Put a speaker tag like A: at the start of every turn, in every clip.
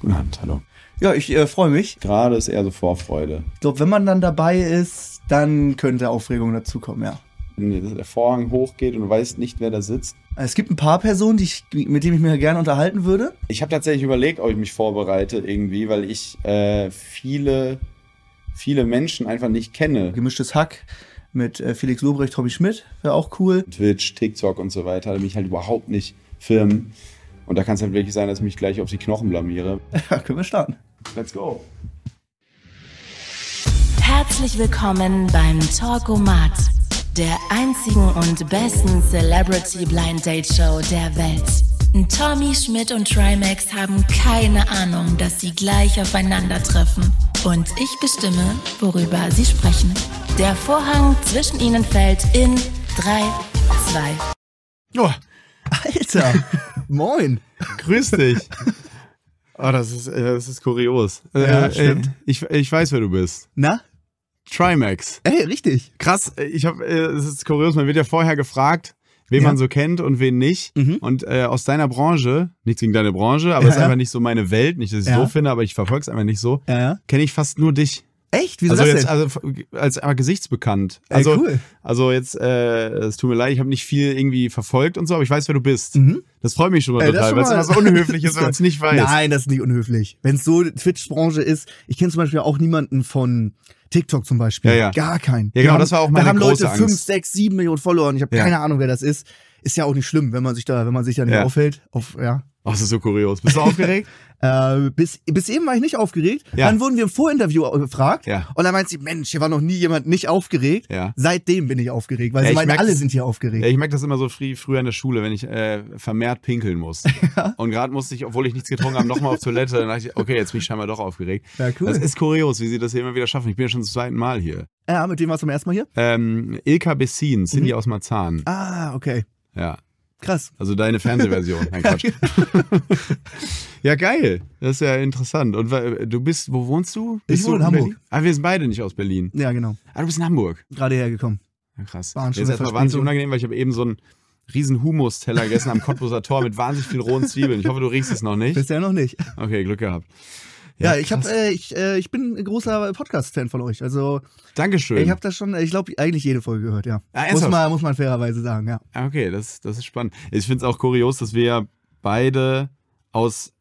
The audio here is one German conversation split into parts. A: Guten Abend, hallo.
B: Ja, ich äh, freue mich.
A: Gerade ist eher so Vorfreude.
B: Ich glaube, wenn man dann dabei ist, dann könnte Aufregung dazukommen, ja.
A: Wenn der Vorhang hochgeht und du weißt nicht, wer da sitzt.
B: Es gibt ein paar Personen, die ich, mit denen ich mich gerne unterhalten würde.
A: Ich habe tatsächlich überlegt, ob ich mich vorbereite irgendwie, weil ich äh, viele, viele Menschen einfach nicht kenne.
B: Gemischtes Hack mit äh, Felix Lobrecht, Tommy Schmidt wäre auch cool.
A: Twitch, TikTok und so weiter, da bin ich halt überhaupt nicht firmen. Und da kann es halt wirklich sein, dass ich mich gleich auf die Knochen blamiere.
B: Ja, können wir starten.
A: Let's go.
C: Herzlich willkommen beim Talkomat, der einzigen und besten Celebrity Blind Date Show der Welt. Tommy Schmidt und Trimax haben keine Ahnung, dass sie gleich aufeinandertreffen. Und ich bestimme, worüber sie sprechen. Der Vorhang zwischen ihnen fällt in 3, 2,
D: Oh,
B: Alter,
D: moin. Grüß dich. Oh, das ist, äh, das ist kurios.
B: Ja,
D: äh,
B: stimmt.
D: äh, ich, ich weiß, wer du bist.
B: na?
D: Trimax.
B: Ey, richtig.
D: Krass, äh, ich habe, äh, es ist kurios, man wird ja vorher gefragt, wen
B: Ja.
D: man so kennt und wen nicht.
B: Mhm.
D: Und äh, aus deiner Branche, nichts gegen deine Branche, aber es ist
B: Ja.
D: einfach nicht so meine Welt, nicht, dass ich es
B: Ja.
D: so finde, aber ich verfolge es einfach nicht so,
B: Ja, ja.
D: kenne ich fast nur dich.
B: Echt? Wieso
D: also
B: das
D: jetzt,
B: denn?
D: also als aber gesichtsbekannt.
B: Ey,
D: Also,
B: cool.
D: also jetzt, äh, es tut mir leid, ich habe nicht viel irgendwie verfolgt und so, aber ich weiß, wer du bist.
B: Mhm.
D: Das freut
E: Äh,
D: mich schon mal
B: Ey, das
D: total,
B: schon
D: weil es
B: mal-
D: immer so unhöflich ist, wenn man es nicht weiß.
E: Nein, das ist nicht unhöflich. Wenn es so Twitch-Branche ist, ich kenne zum Beispiel auch niemanden von TikTok zum Beispiel.
D: Ja, ja.
E: Gar keinen.
D: Ja, genau,
E: Da haben-
D: das war auch meine
E: Da haben
D: große
E: Leute
D: Angst.
E: 5, 6, 7 Millionen Follower und ich habe
D: Ja.
E: keine Ahnung, wer das ist. Ist ja auch nicht schlimm, wenn man sich da, wenn man sich da nicht
D: Ja.
E: aufhält. Auf, ja.
D: Oh, das ist so kurios. Bist du aufgeregt?
E: äh, bis, bis eben war ich nicht aufgeregt.
D: Ja.
E: Dann wurden wir im Vorinterview gefragt.
D: Ja.
E: Und dann meint sie, Mensch, hier war noch nie jemand nicht aufgeregt.
D: Ja.
E: Seitdem bin ich aufgeregt, weil
D: Ja,
E: sie
D: ich
E: meinen,
D: merk's-
E: alle sind hier aufgeregt.
D: Ja, ich merke das immer so früh, früher in der Schule, wenn ich äh, vermehrt pinkeln muss. Und gerade musste ich, obwohl ich nichts getrunken habe, nochmal auf Toilette. Dann dachte ich, okay, jetzt bin ich scheinbar doch aufgeregt.
E: Ja, cool.
D: Das ist kurios, wie sie das hier immer wieder schaffen. Ich bin ja schon zum zweiten Mal hier.
E: ja, mit wem warst du zum ersten Mal hier?
D: Ähm, Ilka Bessin, Cindy
E: Mhm.
D: aus Marzahn.
E: Ah, okay.
D: Ja,
E: Krass.
D: also deine Fernsehversion. Nein, Quatsch.
E: genau.
D: ja, geil. Das ist ja interessant. Und äh, du bist, wo wohnst du?
E: Ich
D: Bist du
E: wohne in Hamburg.
D: Berlin? Ah, wir sind beide nicht aus Berlin.
E: Ja, genau.
D: Ah, du bist in Hamburg.
E: Gerade hergekommen.
D: Ja, krass.
E: Waren schon
D: Jetzt
E: eine
D: erstmal wahnsinnig
E: Verspätung.
D: unangenehm, weil ich habe eben so einen riesen Humus-Teller gegessen am Cottbuser Tor mit wahnsinnig viel rohen Zwiebeln. Ich hoffe, du riechst es noch nicht.
E: Bisher noch nicht.
D: Okay, Glück gehabt.
E: Ja, ich habe,
D: krass.
E: äh, ich, äh, ich bin ein großer Podcast-Fan von euch. Also
D: Dankeschön.
E: ich habe das schon, ich glaube eigentlich jede Folge gehört. Ja,
D: Ah,
E: muss
D: ernsthaft?
E: man, muss man fairerweise sagen. Ja,
D: Ah, okay, das, das ist spannend. Ich finde es auch kurios, dass wir ja beide aus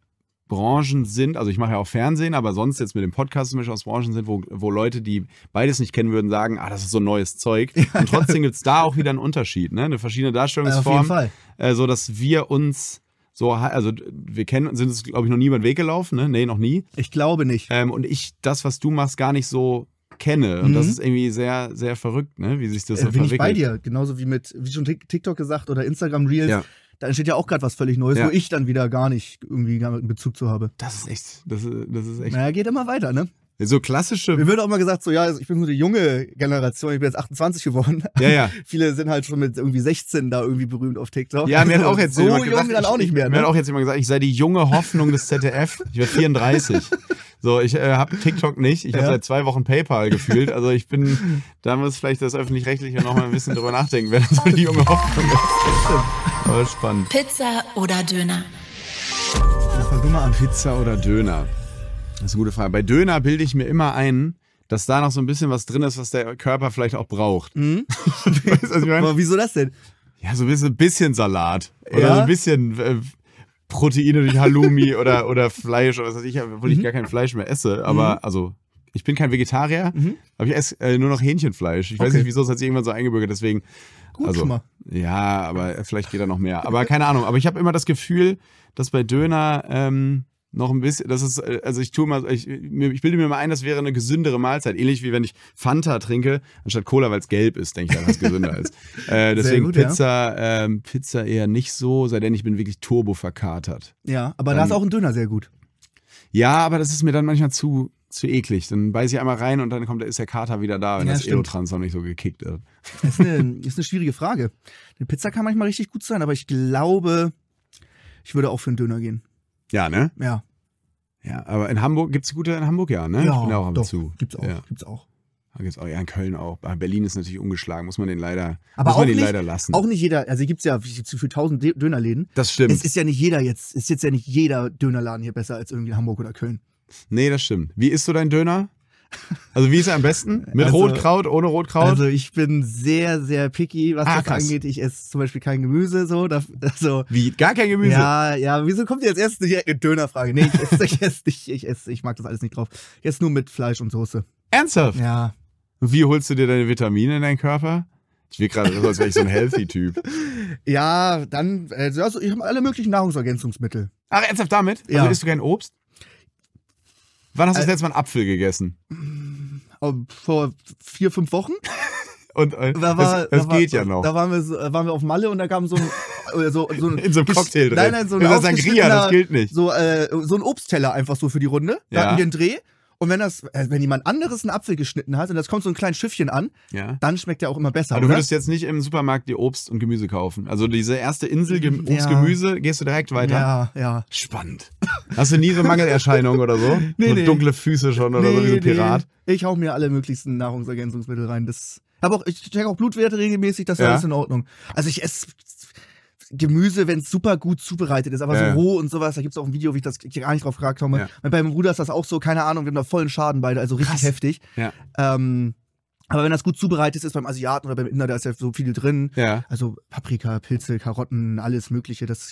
D: Branchen sind, also ich mache ja auch Fernsehen, aber sonst jetzt mit dem Podcast zum Beispiel aus Branchen sind, wo, wo Leute, die beides nicht kennen würden, sagen, ah, das ist so neues Zeug. Und trotzdem gibt es da auch wieder einen Unterschied, ne? Eine verschiedene
E: Äh, auf jeden
D: Darstellungsform.
E: Fall.
D: äh, so dass wir uns so, ha- also wir kennen, sind uns, glaube ich, noch nie über den Weg gelaufen, ne? Nee, noch nie.
E: Ich glaube nicht.
D: Ähm, und ich das, was du machst, gar nicht so kenne. Und
E: Mhm.
D: das ist irgendwie sehr, sehr verrückt, ne? Wie sich das
E: Äh,
D: so
E: bin ich bei
D: verwickelt.
E: dir, genauso wie mit, wie schon Tik- TikTok gesagt oder Instagram Reels.
D: Ja.
E: Da entsteht ja auch gerade was völlig Neues,
D: Ja.
E: wo ich dann wieder gar nicht irgendwie gar einen Bezug zu habe.
D: Das ist echt, das ist, das ist echt.
E: Naja, geht immer weiter, ne?
D: So klassische.
E: Mir wird auch immer gesagt, so, ja, also ich bin so eine junge Generation, ich bin jetzt 28 geworden.
D: Ja, ja.
E: Viele sind halt schon mit irgendwie 16 da irgendwie berühmt auf TikTok.
D: Ja, mir hat
E: Also,
D: auch jetzt
E: so
D: jemand
E: jung
D: gesagt,
E: dann auch
D: ich-
E: nicht mehr.
D: Mir hat
E: Ne?
D: auch jetzt jemand gesagt, ich sei die junge Hoffnung des ZDF. Ich werde 34. So, ich äh, habe TikTok nicht. Ich habe
E: Ja.
D: seit zwei Wochen PayPal gefühlt. Also ich bin, da muss vielleicht das öffentlich-rechtliche nochmal ein bisschen drüber nachdenken, wer so die junge Hoffnung ist. Aber spannend.
C: Pizza oder Döner.
E: Fang du mal an.
D: Pizza oder Döner? Das ist eine gute Frage. Bei Döner bilde ich mir immer ein, dass da noch so ein bisschen was drin ist, was der Körper vielleicht auch braucht.
E: Mhm.
D: weißt du, was ich meine?
E: Aber wieso das denn?
D: Ja, so ein bisschen, bisschen Salat. Oder
E: Ja?
D: so ein bisschen äh, Proteine durch Halloumi oder, oder Fleisch oder was weiß ich, obwohl
E: Mhm.
D: ich gar kein Fleisch mehr esse. Aber also, ich bin kein Vegetarier, aber ich esse äh, nur noch Hähnchenfleisch. Ich weiß
E: Mhm. Okay.
D: nicht, wieso es hat sich irgendwann so eingebürgert, deswegen.
E: Gut
D: also,
E: schon mal.
D: Ja, aber vielleicht geht da noch mehr. Aber keine Ahnung. Aber ich habe immer das Gefühl, dass bei Döner ähm, noch ein bisschen, das ist, äh, also ich tue mal, ich, mir- ich bilde mir mal ein, das wäre eine gesündere Mahlzeit. Ähnlich wie wenn ich Fanta trinke, anstatt Cola, weil es gelb ist, denke ich, dass es gesünder ist. Äh, deswegen
E: gut, ja.
D: Pizza, ähm, Pizza eher nicht so, sei denn ich bin wirklich turbo verkatert.
E: Ja, aber da ist auch ein Döner sehr gut.
D: Ja, aber das ist mir dann manchmal zu, zu eklig. Dann beiß ich einmal rein und dann kommt, ist der Kater wieder da, wenn
E: Ja,
D: das
E: stimmt.
D: Elotrans noch nicht so gekickt wird.
E: Das ist eine, ist eine schwierige Frage. Eine Pizza kann manchmal richtig gut sein, aber ich glaube, ich würde auch für einen Döner gehen.
D: Ja, ne?
E: Ja,
D: Ja, aber in Hamburg, gibt's gute in Hamburg, ja, ne? ich bin ja auch ab und
E: doch,
D: zu.
E: Gibt's auch,
D: Ja.
E: gibt's auch.
D: Da gibt's auch, ja, in Köln auch. Aber Berlin ist natürlich ungeschlagen, muss man den leider,
E: Aber
D: muss man
E: auch
D: den
E: nicht-
D: leider lassen.
E: Auch nicht jeder, also gibt es ja für, für tausend D- Dönerläden.
D: das stimmt.
E: Es ist ja nicht jeder jetzt, ist jetzt ja nicht jeder Dönerladen hier besser als irgendwie Hamburg oder Köln.
D: Nee, das stimmt. Wie isst du dein Döner? Also wie ist er am besten? Mit
E: Also-
D: Rotkraut, ohne Rotkraut?
E: Also ich bin sehr, sehr picky, was
D: Ah,
E: das
D: krass.
E: angeht. Ich esse zum Beispiel kein Gemüse, so. Da, also,
D: wie? Gar kein Gemüse?
E: Ja, ja, wieso kommt ihr jetzt erst die Dönerfrage? Nee, ich esse, ich esse nicht, ich esse, ich mag das alles nicht drauf. Jetzt nur mit Fleisch und Soße.
D: Ernsthaft?
E: Ja.
D: Wie holst du dir deine Vitamine in deinen Körper? Ich will gerade so, als wäre ich so ein Healthy-Typ.
E: Ja, dann, äh, also ich habe alle möglichen Nahrungsergänzungsmittel.
D: Ach, ernsthaft damit?
E: Ja.
D: Also isst du kein Obst? Wann hast du das
E: Äh,
D: letzte Mal einen Apfel gegessen?
E: Aber Vor vier, fünf Wochen.
D: Und äh,
E: Da war,
D: das, das
E: da war,
D: geht ja noch.
E: Da waren wir, so- äh, waren wir auf Malle und da kam so ein. äh, So, so ein
D: in so einem
E: gesch-
D: Cocktail drin.
E: Nein, nein, so ein
D: in der Sangria, das
E: aufgeschnittener-
D: gilt nicht.
E: so, äh, so ein Obstteller einfach so für die Runde. Da
D: Ja.
E: hatten wir einen Dreh. Und wenn das, äh, wenn jemand anderes einen Apfel geschnitten hat und das kommt so ein kleines Schiffchen an,
D: Ja.
E: dann schmeckt der auch immer besser.
D: Aber du
E: oder?
D: würdest jetzt nicht im Supermarkt dir Obst und Gemüse kaufen. Also diese erste Insel Gem-
E: Ja.
D: Obst, Gemüse, gehst du direkt weiter.
E: Ja, ja.
D: Spannend. Hast du nie so Mangelerscheinungen oder so?
E: Nee,
D: so
E: nee.
D: dunkle Füße schon oder so wie so ein Pirat?
E: Nee. Ich hau mir alle möglichsten Nahrungsergänzungsmittel rein. Das, aber auch, ich check auch Blutwerte regelmäßig, das ist
D: Ja.
E: alles in Ordnung. Also ich esse Gemüse, wenn es super gut zubereitet ist, aber
D: Ja.
E: so roh und sowas, da gibt es auch ein Video, wie ich das gar nicht drauf gefragt habe.
D: Ja.
E: Bei meinem Bruder ist das auch so, keine Ahnung, wir haben da vollen Schaden beide, also richtig
D: Krass.
E: heftig.
D: Ja.
E: Ähm, aber wenn das gut zubereitet ist, beim Asiaten oder beim Inder, da ist ja so viel drin.
D: Ja.
E: Also Paprika, Pilze, Karotten, alles mögliche. Das,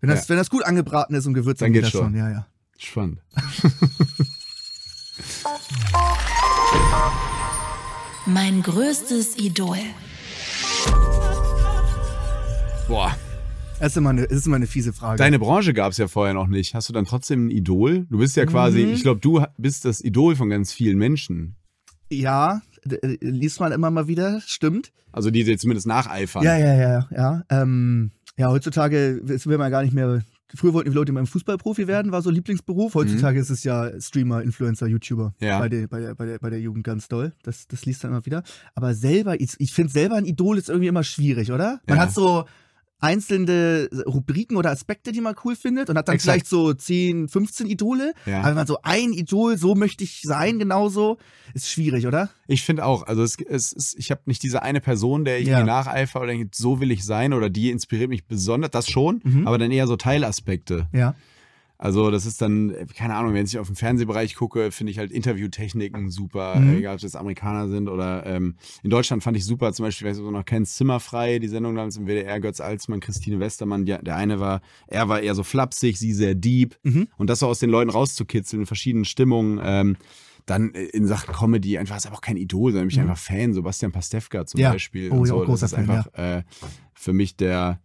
E: wenn, das,
D: Ja.
E: wenn das gut angebraten ist und gewürzt,
D: Dann
E: geht
D: geht's
E: das
D: schon.
E: Ja, ja.
D: Spannend.
C: Mein größtes Idol.
D: Boah.
E: Das ist immer eine, ist immer eine fiese Frage.
D: Deine Branche gab es ja vorher noch nicht. Hast du dann trotzdem ein Idol? Du bist ja quasi,
E: Mhm.
D: ich glaube, du ha- bist das Idol von ganz vielen Menschen.
E: Ja, d- äh, liest man immer mal wieder, stimmt.
D: Also die dir zumindest nacheifern.
E: Ja, ja, ja, ja. Ähm, ja, heutzutage ist- will man gar nicht mehr. Früher wollten die Leute immer ein Fußballprofi werden, war so Lieblingsberuf. Heutzutage ist es ja Streamer, Influencer, YouTuber.
D: Mhm. Ja.
E: Bei, der, bei, der, bei, der, bei der Jugend ganz doll. Das, das liest dann immer wieder. Aber selber, ich, ich finde selber ein Idol ist irgendwie immer schwierig, oder? Man
D: Ja.
E: hat so einzelne Rubriken oder Aspekte, die man cool findet und hat dann
D: Exakt.
E: vielleicht so 10, 15 Idole.
D: Ja.
E: Aber wenn man so ein Idol, so möchte ich sein, genauso, ist schwierig, oder?
D: Ich finde auch, also es, es ist, ich habe nicht diese eine Person, der ich
E: Ja.
D: irgendwie nacheifer oder denke, so will ich sein oder die inspiriert mich besonders, das schon,
E: Mhm.
D: aber dann eher so Teilaspekte.
E: Ja.
D: Also das ist dann, äh, keine Ahnung, wenn ich auf den Fernsehbereich gucke, finde ich halt Interviewtechniken super,
E: Mhm.
D: äh, egal ob das Amerikaner sind oder ähm, in Deutschland fand ich super, zum Beispiel, ich weiß nicht, ob du noch kennst, Zimmerfrei, die Sendung damals im WDR, Götz Alsmann, Christine Westermann, die, der eine war, er war eher so flapsig, sie sehr deep
E: Mhm.
D: und das so aus den Leuten rauszukitzeln, in verschiedenen Stimmungen, ähm, dann äh, in Sachen Comedy einfach ist einfach kein Idol, sondern ich bin einfach Fan, Sebastian Pastewka zum
E: Mhm. Ja.
D: Beispiel.
E: Oh
D: und
E: ja,
D: so.
E: großer
D: das ist
E: Fan,
D: einfach äh, für mich der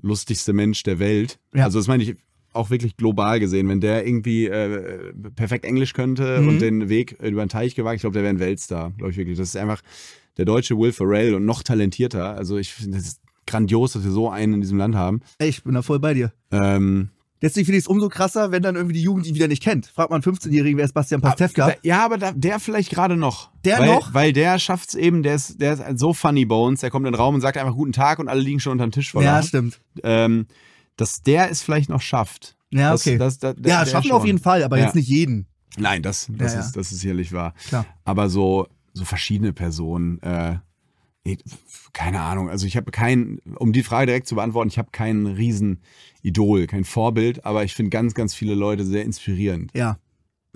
D: lustigste Mensch der Welt.
E: Ja.
D: Also das meine ich auch wirklich global gesehen. Wenn der irgendwie äh, perfekt Englisch könnte
E: Mhm.
D: und den Weg über den Teich gewagt, ich glaube, der wäre ein Weltstar, glaube ich wirklich. Das ist einfach der deutsche Will Ferrell und noch talentierter. Also ich finde das ist grandios, dass wir so einen in diesem Land haben.
E: Ey, ich bin da voll bei dir.
D: Ähm,
E: Deswegen finde ich es umso krasser, wenn dann irgendwie die Jugend ihn wieder nicht kennt. Fragt man einen 15-Jährigen, wer ist Bastian Pastewka?
D: Da- Ja, aber da, Ah, der vielleicht gerade noch.
E: Der
D: weil,
E: noch?
D: Weil der schafft's eben, der ist, der ist so funny bones, der kommt in den Raum und sagt einfach guten Tag und alle liegen schon unterm Tisch vor.
E: Ja,
D: Lachen.
E: stimmt.
D: ähm, dass der es vielleicht noch schafft.
E: Ja, okay.
D: Das, das, das,
E: ja,
D: der
E: schaffen
D: schon.
E: auf jeden Fall, aber
D: Ja.
E: jetzt nicht jeden.
D: Nein, das, das,
E: Ja, ja.
D: Ist, das ist sicherlich wahr.
E: Klar.
D: Aber so, so verschiedene Personen, äh, nee, f- keine Ahnung. Also ich habe keinen, um die Frage direkt zu beantworten, ich habe keinen riesen Idol, kein Vorbild, aber ich finde ganz, ganz viele Leute sehr inspirierend.
E: Ja.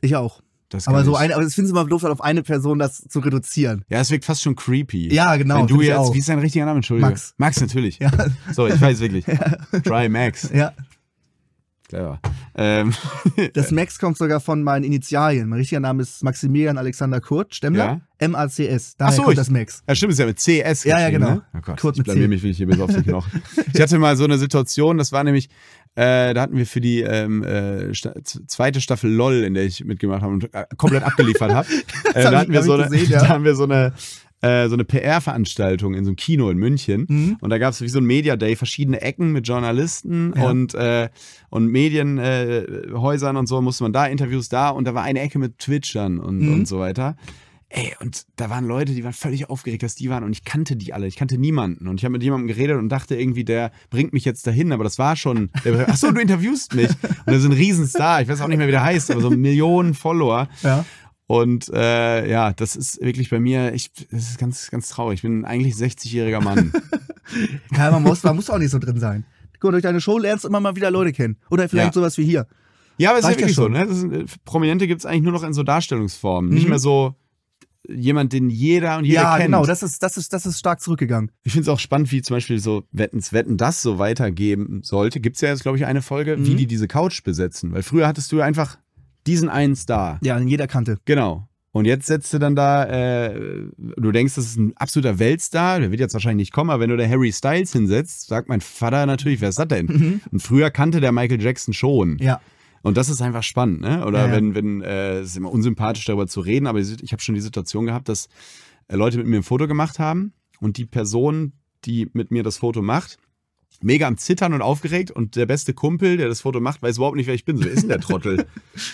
E: Ich auch.
D: Das
E: Aber
D: kann
E: so
D: ich-
E: eine, aber das finde ich immer doof, auf eine Person das zu reduzieren.
D: Ja, es wirkt fast schon creepy.
E: Ja, genau,
D: Wenn du
E: find ich
D: jetzt,
E: auch.
D: wie ist dein richtiger Name? Entschuldigung.
E: Max.
D: Max, natürlich.
E: Ja.
D: So, ich weiß wirklich. Try Max.
E: Ja.
D: Clever. Ähm,
E: Das Max kommt sogar von meinen Initialien. Mein richtiger Name ist Maximilian Alexander Kurt, Stemmler.
D: Ja.
E: M-A-C-S. Daher
D: Ach so,
E: kommt
D: ich-
E: das Max.
D: ja, stimmt, ist ja mit CS.
E: Ja, ja,
D: geschrieben,
E: genau.
D: Ne? Oh Gott,
E: Kurz
D: ich
E: mit C.
D: blamier mich wirklich hier bis auf die Knochen. Ich hatte mal so eine Situation, das war nämlich, äh, da hatten wir für die ähm, äh, sta z- zweite Staffel LOL, in der ich mitgemacht habe und äh, komplett abgeliefert habe. Äh,
E: hab
D: da,
E: ich-
D: hatten wir
E: hab ich
D: so eine-
E: gesehen, ja.
D: da haben wir so eine, äh, so eine PR-Veranstaltung in so einem Kino in München.
E: Mhm.
D: Und da gab es wie so ein Media Day, verschiedene Ecken mit Journalisten und, äh, und Medienhäusern äh, Häusern und so, musste man da Interviews da und da war eine Ecke mit Twitchern und,
E: Mhm.
D: und so weiter. Ey, und da waren Leute, die waren völlig aufgeregt, dass die waren und ich kannte die alle, ich kannte niemanden und ich habe mit jemandem geredet und dachte irgendwie, der bringt mich jetzt dahin, aber das war schon, der- ach so, du interviewst mich und das ist ein Riesenstar, ich weiß auch nicht mehr, wie der heißt, aber so Millionen Follower
E: Ja.
D: Und äh, ja, das ist wirklich bei mir, ich, das ist ganz, ganz traurig. Ich bin eigentlich ein 60-jähriger Mann.
E: Ja, man muss, man muss auch nicht so drin sein. Guck mal, durch deine Show lernst du immer mal wieder Leute kennen. Oder vielleicht
D: Ja.
E: sowas wie hier.
D: Ja, aber es ist ja wirklich
E: Reicht ja
D: so,
E: schon. Mhm.
D: ne? Das sind, äh, Prominente gibt es eigentlich nur noch in so Darstellungsformen. Nicht mehr so jemand, den jeder und jeder
E: ja,
D: kennt.
E: genau, das ist, das, ist, das ist stark zurückgegangen.
D: ich finde es auch spannend, wie zum Beispiel so Wettens Wetten das so weitergeben sollte. Gibt es ja jetzt, glaube ich, eine Folge, wie die diese Couch besetzen. Weil früher hattest du ja einfach diesen einen Star.
E: Ja, an jeder Kante.
D: Genau. Und jetzt setzt du dann da, äh, du denkst, das ist ein absoluter Weltstar, der wird jetzt wahrscheinlich nicht kommen, aber wenn du da Harry Styles hinsetzt, sagt mein Vater natürlich, wer ist das denn?
E: Mhm.
D: Und früher kannte der Michael Jackson schon.
E: Ja.
D: Und das ist einfach spannend, ne? Oder
E: Ja, ja.
D: wenn, wenn, äh, es ist immer unsympathisch darüber zu reden, aber ich habe schon die Situation gehabt, dass äh, Leute mit mir ein Foto gemacht haben und die Person, die mit mir das Foto macht, mega am Zittern und aufgeregt und der beste Kumpel, der das Foto macht, weiß überhaupt nicht, wer ich bin. So wer ist denn der Trottel.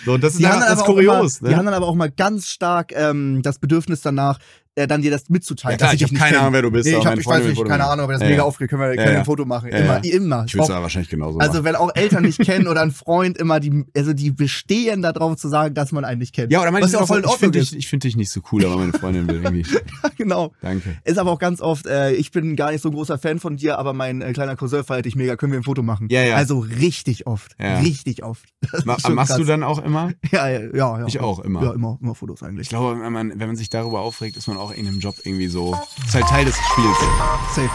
D: So, und das ist
E: Die haben,
D: einfach
E: dann
D: das ist
E: aber auch
D: kurios.
E: immer,
D: ne?
E: die haben dann aber auch mal ganz stark ähm, das Bedürfnis danach, äh, dann dir das mitzuteilen.
D: Ja, klar,
E: dass
D: ich hab
E: dich nicht
D: keine
E: kenne.
D: Ahnung, wer du bist,
E: Nee,
D: aber
E: ich, hab,
D: meine
E: ich
D: Freunde
E: weiß nicht,
D: wollen
E: keine
D: Foto
E: Ahnung, aber das
D: machen.
E: ist
D: Ja,
E: mega
D: ja.
E: aufgeregt. Können wir, können
D: Ja,
E: wir
D: ja.
E: ein Foto machen?
D: Ja,
E: immer,
D: ja.
E: immer.
D: Ich würde es
E: Auch-
D: aber wahrscheinlich genauso machen.
E: also wenn auch Eltern nicht kennen oder ein Freund immer die, also die bestehen darauf zu sagen, dass man einen nicht kennt.
D: ja, oder
E: was
D: meinst
E: ja
D: du
E: auch voll in
D: ich
E: Ordnung
D: finde
E: ist.
D: dich, ich find dich nicht so cool, aber meine Freundin will irgendwie.
E: genau.
D: Danke.
E: Ist aber auch ganz oft, äh, ich bin gar nicht so ein großer Fan von dir, aber mein äh, kleiner Cousin feiert dich mega, können wir ein Foto machen?
D: Ja, ja.
E: Also richtig oft.
D: Ja.
E: Richtig oft. Das ist
D: Ma
E: schon
D: machst du
E: krass.
D: dann auch immer?
E: Ja, ja, ja. ja.
D: Ich auch immer.
E: Ja, immer, immer Fotos eigentlich.
D: Ich glaube, wenn man, wenn man sich darüber aufregt, ist man auch in einem Job irgendwie so. Ist halt Teil des Spiels.
E: Safe.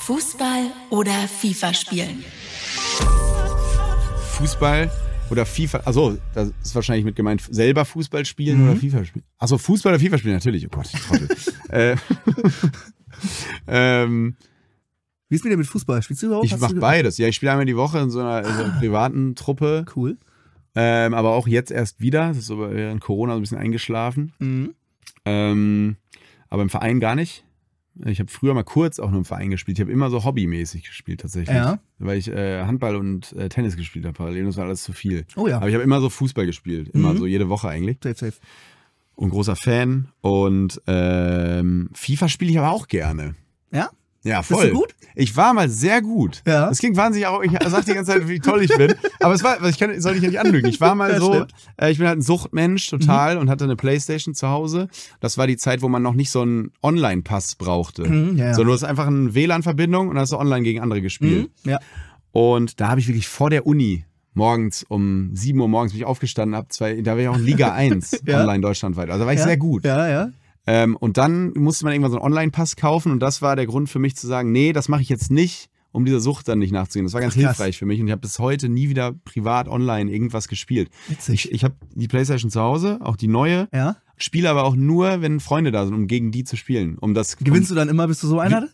C: Fußball oder FIFA spielen.
D: Fußball oder FIFA. Also, das ist wahrscheinlich mit gemeint, selber Fußball spielen oder FIFA spielen. Achso, Fußball oder FIFA spielen, natürlich. Oh Gott, ich trottel. äh, ähm,
E: Wie ist mit dir mit Fußball? Spielst du überhaupt?
D: ich
E: Hast
D: mach
E: Oh, du ge-
D: beides. Ja, ich spiele einmal die Woche in so einer, in so einer privaten Truppe.
E: Cool.
D: Ähm, aber auch jetzt erst wieder. Das ist so während Corona so ein bisschen eingeschlafen.
E: Mhm.
D: Ähm, aber im Verein gar nicht. Ich habe früher mal kurz auch nur im Verein gespielt. Ich habe immer so hobbymäßig gespielt tatsächlich.
E: Ja.
D: Weil ich äh, Handball und äh, Tennis gespielt habe. Parallel das war alles zu viel.
E: Oh ja.
D: Aber ich habe immer so Fußball gespielt. Immer
E: Mhm.
D: so jede Woche eigentlich.
E: Safe, safe.
D: Und großer Fan. Und ähm, FIFA spiele ich aber auch gerne.
E: Ja?
D: Ja,
E: du
D: voll.
E: gut?
D: Ich war mal sehr gut.
E: Ja.
D: Das klingt wahnsinnig auch. Ich sag die ganze Zeit, wie toll ich bin. Aber es war, ich kann, soll ich ja nicht anlügen. Ich war mal
E: Ja,
D: so,
E: stimmt. Mhm.
D: äh, ich bin halt ein Suchtmensch total und hatte eine Playstation zu Hause. Das war die Zeit, wo man noch nicht so einen Online-Pass brauchte.
E: Mhm, ja, ja.
D: Sondern du hast einfach eine WLAN-Verbindung und hast du online gegen andere gespielt.
E: Mhm. Ja.
D: Und da habe ich wirklich vor der Uni morgens um 7 Uhr morgens mich aufgestanden habe, zwei, da war ich auch in Liga 1
E: Ja.
D: online deutschlandweit. Also da war ich
E: ja.
D: sehr gut.
E: Ja, ja.
D: Ähm, und dann musste man irgendwann so einen Online-Pass kaufen und das war der Grund für mich zu sagen, nee, das mache ich jetzt nicht, um dieser Sucht dann nicht nachzugehen. Das war ganz
E: Ach, krass.
D: hilfreich für mich und ich habe bis heute nie wieder privat online irgendwas gespielt.
E: Witzig.
D: Ich, ich habe die Playstation zu Hause, auch die neue,
E: ja.
D: spiele aber auch nur, wenn Freunde da sind, um gegen die zu spielen. Um das um,
E: Gewinnst du dann immer, bist du so einer?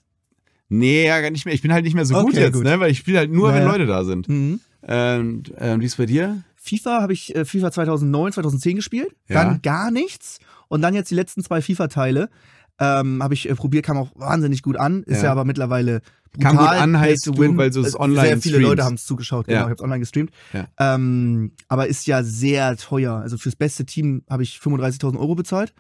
D: Nee, ja, gar nicht mehr. Ich bin halt nicht mehr so
E: Okay,
D: gut jetzt,
E: gut.
D: ne? weil ich spiele halt nur, wenn
E: Naja.
D: Leute da sind.
E: Mhm.
D: Ähm, ähm, wie ist bei dir?
E: FIFA habe ich äh, FIFA 2009, 2010 gespielt,
D: Ja.
E: dann gar nichts und dann jetzt die letzten zwei FIFA-Teile ähm, habe ich äh, probiert, kam auch wahnsinnig gut an, ist
D: Ja.
E: ja, aber mittlerweile brutal.
D: Kam gut an,
E: pay
D: heißt
E: to
D: du, weil du es
E: Äh,
D: online
E: Sehr viele
D: streamst.
E: Leute haben es zugeschaut,
D: Ja.
E: genau, ich habe es online gestreamt.
D: Ja.
E: Ähm, aber ist ja sehr teuer, also fürs beste Team habe ich 35.000 Euro bezahlt.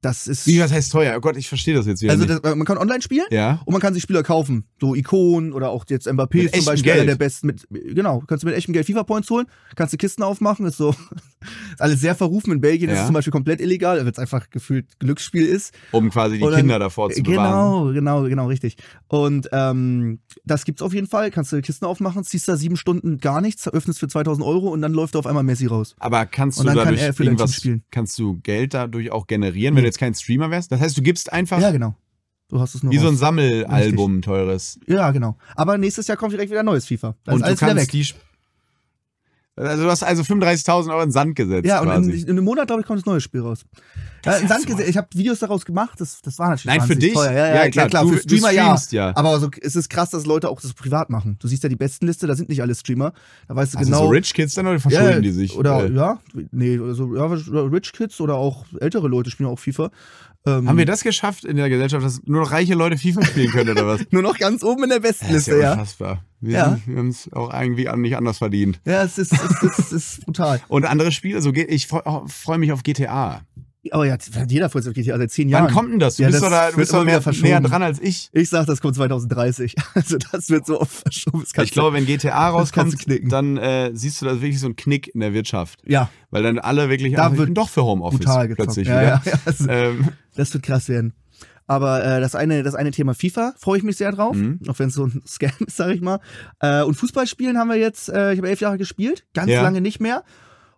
E: Das ist,
D: Wie, was heißt teuer? Oh Gott, ich verstehe das jetzt wieder
E: also
D: nicht.
E: das, man kann online spielen,
D: ja?
E: und man kann sich Spieler kaufen. So Ikonen oder auch jetzt
D: Mit
E: Mbappé ist zum
D: echtem
E: Beispiel
D: Geld.
E: einer der besten mit. Genau, kannst du mit echtem Geld FIFA-Points holen, kannst du Kisten aufmachen, ist so ist alles sehr verrufen. In Belgien ist
D: Ja.
E: es zum Beispiel komplett illegal, weil es einfach gefühlt Glücksspiel ist.
D: Um quasi die
E: Oder-
D: Kinder davor zu bewahren.
E: Genau, genau, genau, richtig. Und ähm, das gibt's auf jeden Fall. Kannst du Kisten aufmachen, ziehst da sieben Stunden gar nichts, öffnest für 2000 Euro und dann läuft auf einmal Messi raus.
D: Aber kannst du
E: Und dann kann
D: dadurch
E: er für dein
D: irgendwas
E: Team spielen.
D: Kannst du Geld dadurch auch generieren, wenn du jetzt kein Streamer wärst? Das heißt, du gibst einfach
E: Ja, genau. Du hast es nur.
D: wie so ein
E: raus.
D: Sammelalbum teures.
E: ja, genau. Aber nächstes Jahr kommt direkt wieder neues FIFA. Dann
D: und
E: ist
D: du
E: alles wieder
D: kannst
E: weg.
D: die. sp- Also du hast also 35.000 Euro in den Sand gesetzt.
E: Ja, und in,
D: quasi.
E: in einem Monat, glaube ich, kommt das neue Spiel raus. Ja, in Sand gese- ich habe Videos daraus gemacht, das, das war natürlich
D: Nein, für
E: wahnsinnig
D: dich?
E: Teuer. Ja,
D: Ja,
E: ja, ja,
D: klar,
E: klar,
D: du-
E: für
D: du
E: Streamer
D: streamst ja.
E: ja. Aber so, es ist krass, dass Leute auch das privat machen. Du siehst ja die Bestenliste, da sind nicht alle Streamer. Da weißt du
D: also
E: genau.
D: so Rich Kids dann oder
E: ja,
D: verschulden die sich?
E: Oder,
D: Äh,
E: ja, nee, also, ja, Rich Kids oder auch ältere Leute spielen auch FIFA. Ähm,
D: Haben wir das geschafft in der Gesellschaft, dass nur noch reiche Leute FIFA spielen können oder was?
E: nur noch ganz oben in der
D: Das ist
E: Bestenliste,
D: ja
E: ja.
D: unfassbar. Wir,
E: Ja.
D: sind- wir haben es auch irgendwie an- nicht anders verdient.
E: Ja, es ist, es ist, es ist brutal.
D: Und andere Spiele, so geht, ich freue freu mich auf GTA.
E: Aber ja, das hat jeder Vollzeit geht also seit zehn Jahren.
D: Wann kommt denn das? Du
E: Ja,
D: bist
E: das
D: doch da, du
E: wird
D: bist doch
E: immer
D: mehr,
E: wieder verschoben.
D: näher dran als ich.
E: Ich sag, das kommt 2030. Also das wird so oft verschoben. Das kannst
D: Ich glaube, wenn GTA
E: das kannst
D: rauskommt,
E: du knicken.
D: dann äh, siehst du da wirklich so einen Knick in der Wirtschaft.
E: du, ja,
D: Weil dann alle wirklich
E: Da
D: ach, ich
E: wird
D: bin doch für Homeoffice
E: brutal gezockt.
D: plötzlich
E: ja,
D: wieder.
E: ja, ja, das,
D: Ähm,
E: das wird krass werden. Aber äh, das, eine, das eine Thema FIFA freue ich mich sehr drauf,
D: Mhm.
E: auch wenn es so ein Scam ist, sag ich mal. Äh, und Fußballspielen haben wir jetzt, äh, ich habe elf Jahre gespielt, ganz
D: Ja.
E: lange nicht mehr.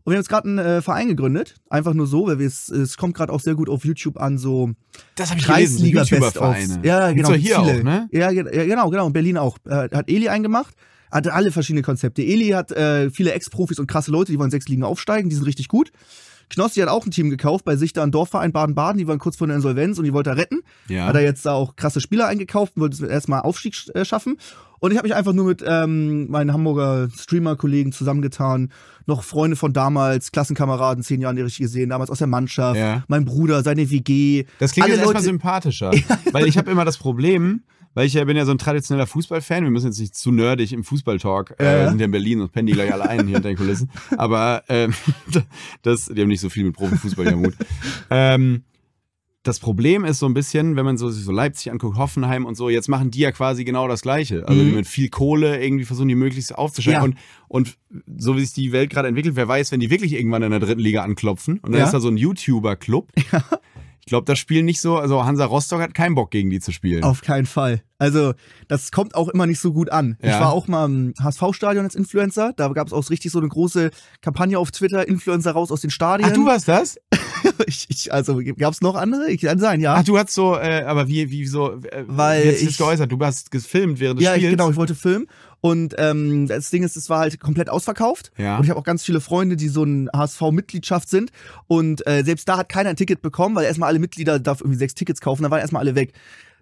E: Und wir haben jetzt gerade einen äh, Verein gegründet, einfach nur so, weil wir es, es kommt gerade auch sehr gut auf YouTube an, so
D: das habe ich gelesen. so
E: Kreisliga best
D: YouTuber-Vereine.
E: Ja,
D: Gibt's
E: genau.
D: doch hier
E: viele.
D: auch, ne?
E: Ja, ge- ja, genau, genau. In Berlin auch. Äh, hat Eli eingemacht. Hat alle verschiedene Konzepte. Eli hat äh, viele Ex-Profis und krasse Leute, die wollen sechs Ligen aufsteigen, die sind richtig gut. Knossi hat auch ein Team gekauft bei sich da einen Dorfverein Baden-Baden, die waren kurz vor der Insolvenz und die wollte er retten.
D: Ja.
E: Hat er jetzt da auch krasse Spieler eingekauft und wollte erstmal Aufstieg sch- äh, schaffen. Und ich habe mich einfach nur mit ähm, meinen Hamburger Streamer-Kollegen zusammengetan, noch Freunde von damals, Klassenkameraden, zehn Jahre nicht gesehen, damals aus der Mannschaft,
D: Ja.
E: mein Bruder, seine WG.
D: Das klingt
E: alle
D: jetzt erstmal
E: Leute-
D: sympathischer. Weil ich habe immer das Problem, weil ich ja bin ja so ein traditioneller Fußballfan, wir müssen jetzt nicht zu nerdig im Fußballtalk, äh,
E: Ja.
D: sind ja in Berlin und pennen die gleich alle ein hier hinter den Kulissen. Aber ähm, das, die haben nicht so viel mit Profifußball ja Mut. Ähm, das Problem ist so ein bisschen, wenn man so, sich so Leipzig anguckt, Hoffenheim und so, jetzt machen die ja quasi genau das Gleiche. Also die mit viel Kohle irgendwie versuchen, die möglichst aufzustellen.
E: Mhm. Ja.
D: Und, und so wie sich die Welt gerade entwickelt, wer weiß, wenn die wirklich irgendwann in der dritten Liga anklopfen und dann
E: Ja.
D: ist da so ein YouTuber-Club. Ich glaube, das spielen nicht so, also Hansa Rostock hat keinen Bock gegen die zu spielen.
E: Auf keinen Fall. Also, das kommt auch immer nicht so gut an.
D: Ja.
E: Ich war auch mal im HSV-Stadion als Influencer. Da gab es auch richtig so eine große Kampagne auf Twitter: Influencer raus aus den Stadien.
D: Ach, du warst das?
E: ich, ich, also, gab es noch andere? Ich kann sein, ja.
D: Ach, du hast so, äh, aber wie, wie so, äh,
E: Weil
D: wie hast du das
E: ich-
D: geäußert? Du hast gefilmt während des
E: ja, ich,
D: Spiels.
E: genau, ich wollte filmen. Und ähm, das Ding ist, es war halt komplett ausverkauft.
D: Ja.
E: Und ich habe auch ganz viele Freunde, die so ein HSV-Mitgliedschaft sind. Und äh, selbst da hat keiner ein Ticket bekommen, weil erstmal alle Mitglieder darf irgendwie sechs Tickets kaufen, dann waren erstmal alle weg.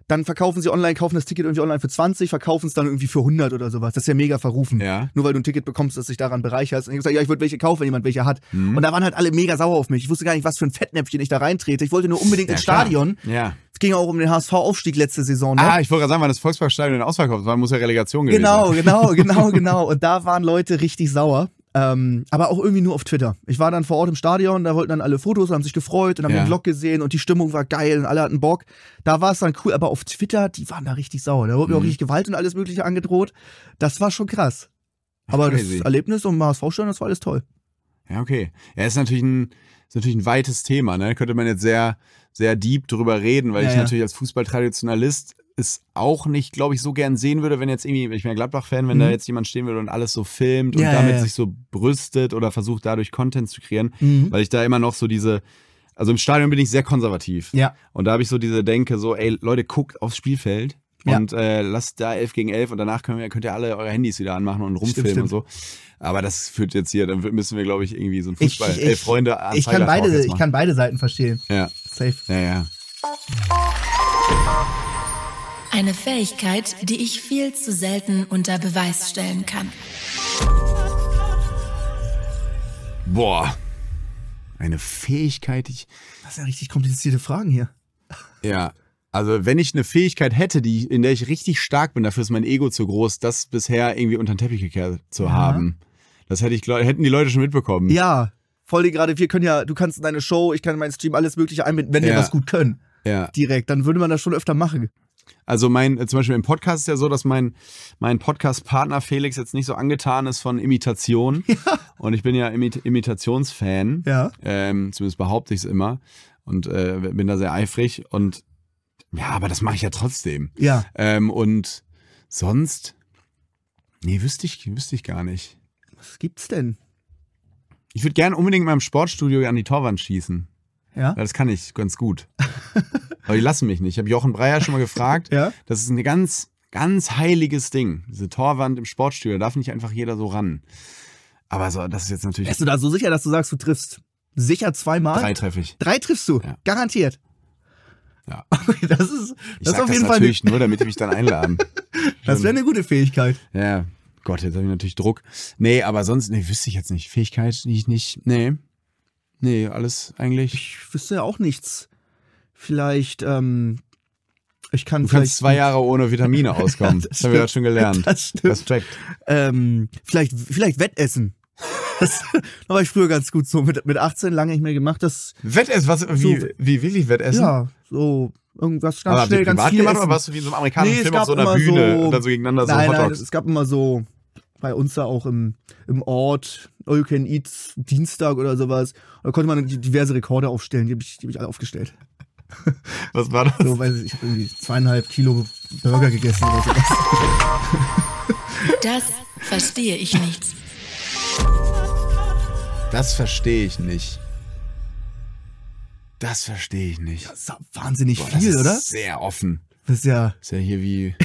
E: Dann verkaufen sie online, kaufen das Ticket irgendwie online für 20, verkaufen es dann irgendwie für 100 oder sowas. Das ist ja mega verrufen.
D: Ja.
E: Nur weil du ein Ticket bekommst, dass dich daran bereicherst. Und ich hab gesagt, ja, ich würde welche kaufen, wenn jemand welche hat.
D: Mhm. Hm.
E: Und da waren halt alle mega sauer auf mich. Ich wusste gar nicht, was für ein Fettnäpfchen ich da reintrete. Ich wollte nur unbedingt
D: Ja,
E: ins
D: klar.
E: Stadion.
D: Ja.
E: Es ging auch um den HSV-Aufstieg letzte Saison. Ne?
D: Ah, ich wollte gerade sagen, weil das Volksparkstadion ausverkauft war, muss ja Relegation gewesen
E: Genau,
D: sein.
E: genau, genau, genau. Und da waren Leute richtig sauer. Ähm, aber auch irgendwie nur auf Twitter. Ich war dann vor Ort im Stadion, da wollten dann alle Fotos und haben sich gefreut und haben
D: Ja.
E: den Vlog gesehen und die Stimmung war geil und alle hatten Bock. Da war es dann cool, aber auf Twitter, die waren da richtig sauer. Da
D: Mhm.
E: wurde mir auch richtig Gewalt und alles Mögliche angedroht. Das war schon krass. Aber das
D: Crazy.
E: Erlebnis um HSV-Stadion, das war alles toll.
D: Ja, okay. Ja, ist natürlich ein, ist natürlich ein weites Thema, ne? Könnte man jetzt sehr, sehr deep drüber reden, weil
E: Ja,
D: ich
E: ja.
D: natürlich als Fußballtraditionalist es auch nicht, glaube ich, so gern sehen würde, wenn jetzt irgendwie, ich bin ja Gladbach-Fan, wenn da
E: Mhm.
D: jetzt jemand stehen würde und alles so filmt und
E: Ja, ja,
D: damit
E: ja.
D: sich so brüstet oder versucht, dadurch Content zu kreieren,
E: Mhm.
D: weil ich da immer noch so diese, also im Stadion bin ich sehr konservativ.
E: Ja.
D: Und da habe ich so diese Denke, so, ey, Leute, guckt aufs Spielfeld
E: Ja.
D: und äh, lasst da 11 gegen 11 und danach können wir, könnt ihr alle eure Handys wieder anmachen und rumfilmen und so. Aber das führt jetzt hier, dann müssen wir, glaube ich, irgendwie so ein
E: Ich-
D: Fußball,
E: ich-
D: elf Freunde
E: Ich kann, beide, ich kann beide Seiten verstehen.
D: Ja,
E: Safe.
D: ja, ja.
C: Eine Fähigkeit, die ich viel zu selten unter Beweis stellen kann.
D: Boah. Eine Fähigkeit, die ich.
E: Das sind ja richtig komplizierte Fragen hier.
D: Ja. Also, wenn ich eine Fähigkeit hätte, die, in der ich richtig stark bin, dafür ist mein Ego zu groß, das bisher irgendwie unter den Teppich gekehrt zu haben. Das hätte ich, glaub- hätten die Leute schon mitbekommen.
E: Ja, voll die gerade, wir können ja, du kannst in deine Show, ich kann in meinen Stream alles Mögliche einbinden, wenn
D: Ja.
E: wir was gut können.
D: ja.
E: Direkt, dann würde man das schon öfter machen.
D: Also mein, äh, zum Beispiel im Podcast ist ja so, dass mein, mein Podcast-Partner Felix jetzt nicht so angetan ist von Imitation. Und ich bin ja Imit Imitationsfan.
E: Ja.
D: Ähm, zumindest behaupte ich es immer. Und äh, bin da sehr eifrig. Und ja, aber das mache ich ja trotzdem.
E: Ja.
D: Ähm, und sonst. Nee, wüsste ich, wüsste ich gar nicht.
E: Was gibt's denn?
D: Ich würde gerne unbedingt in meinem Sportstudio an die Torwand schießen.
E: Ja.
D: Ja, Das kann ich ganz gut. Aber die lassen mich nicht. Ich habe Jochen Breyer schon mal gefragt.
E: Ja.
D: Das ist ein ganz, ganz heiliges Ding. Diese Torwand im Sportstudio, da darf nicht einfach jeder so ran. Aber so, das ist jetzt natürlich
E: Bist du da so sicher, dass du sagst, du triffst sicher zweimal?
D: dreitreffig.
E: Drei triffst du,
D: Ja.
E: garantiert.
D: Ja.
E: Okay, das ist,
D: Ich
E: das ist
D: sag
E: auf jeden
D: das
E: Fall,
D: natürlich nur, damit die mich dann einladen.
E: das wäre eine gute Fähigkeit.
D: Ja, Gott, jetzt habe ich natürlich Druck. Nee, aber sonst, nee, wüsste ich jetzt nicht. Fähigkeit, die ich nicht, nee. Nee, alles eigentlich.
E: Ich wüsste ja auch nichts. Vielleicht, ähm, ich kann
D: Du
E: vielleicht.
D: kannst zwei Jahre ohne Vitamine auskommen.
E: Ja,
D: das
E: das
D: haben wir
E: stimmt.
D: das schon gelernt.
E: Das stimmt.
D: Respekt.
E: Ähm, vielleicht, vielleicht Wettessen. Das, da war ich früher ganz gut so. Mit, mit 18 lange nicht mehr gemacht. Das,
D: Wettessen, was, wie,
E: So.
D: wie will ich Wettessen?
E: ja, so irgendwas ganz
D: Aber habt ihr
E: schnell, ganz
D: privat
E: viel
D: gemacht
E: essen.
D: oder warst du wie in so einem amerikanischen
E: Nee, es
D: Film auf
E: gab
D: so einer
E: immer
D: Bühne
E: so-
D: und dann so gegeneinander so
E: nein,
D: Hot
E: nein,
D: Dogs?
E: es gab immer so bei uns da auch im, im Ort All You Can Eat Dienstag oder sowas. Da konnte man die- diverse Rekorde aufstellen. Die habe ich, die hab ich alle aufgestellt.
D: was war das?
E: So, weiß ich, ich habe irgendwie zweieinhalb Kilo Burger gegessen oder sowas.
C: Das verstehe ich nicht.
D: Das verstehe ich nicht. Das verstehe ich nicht.
E: Das ist ja wahnsinnig
D: Boah, das
E: viel,
D: ist
E: oder?
D: Sehr offen.
E: Das ist ja,
D: Ist ja hier wie,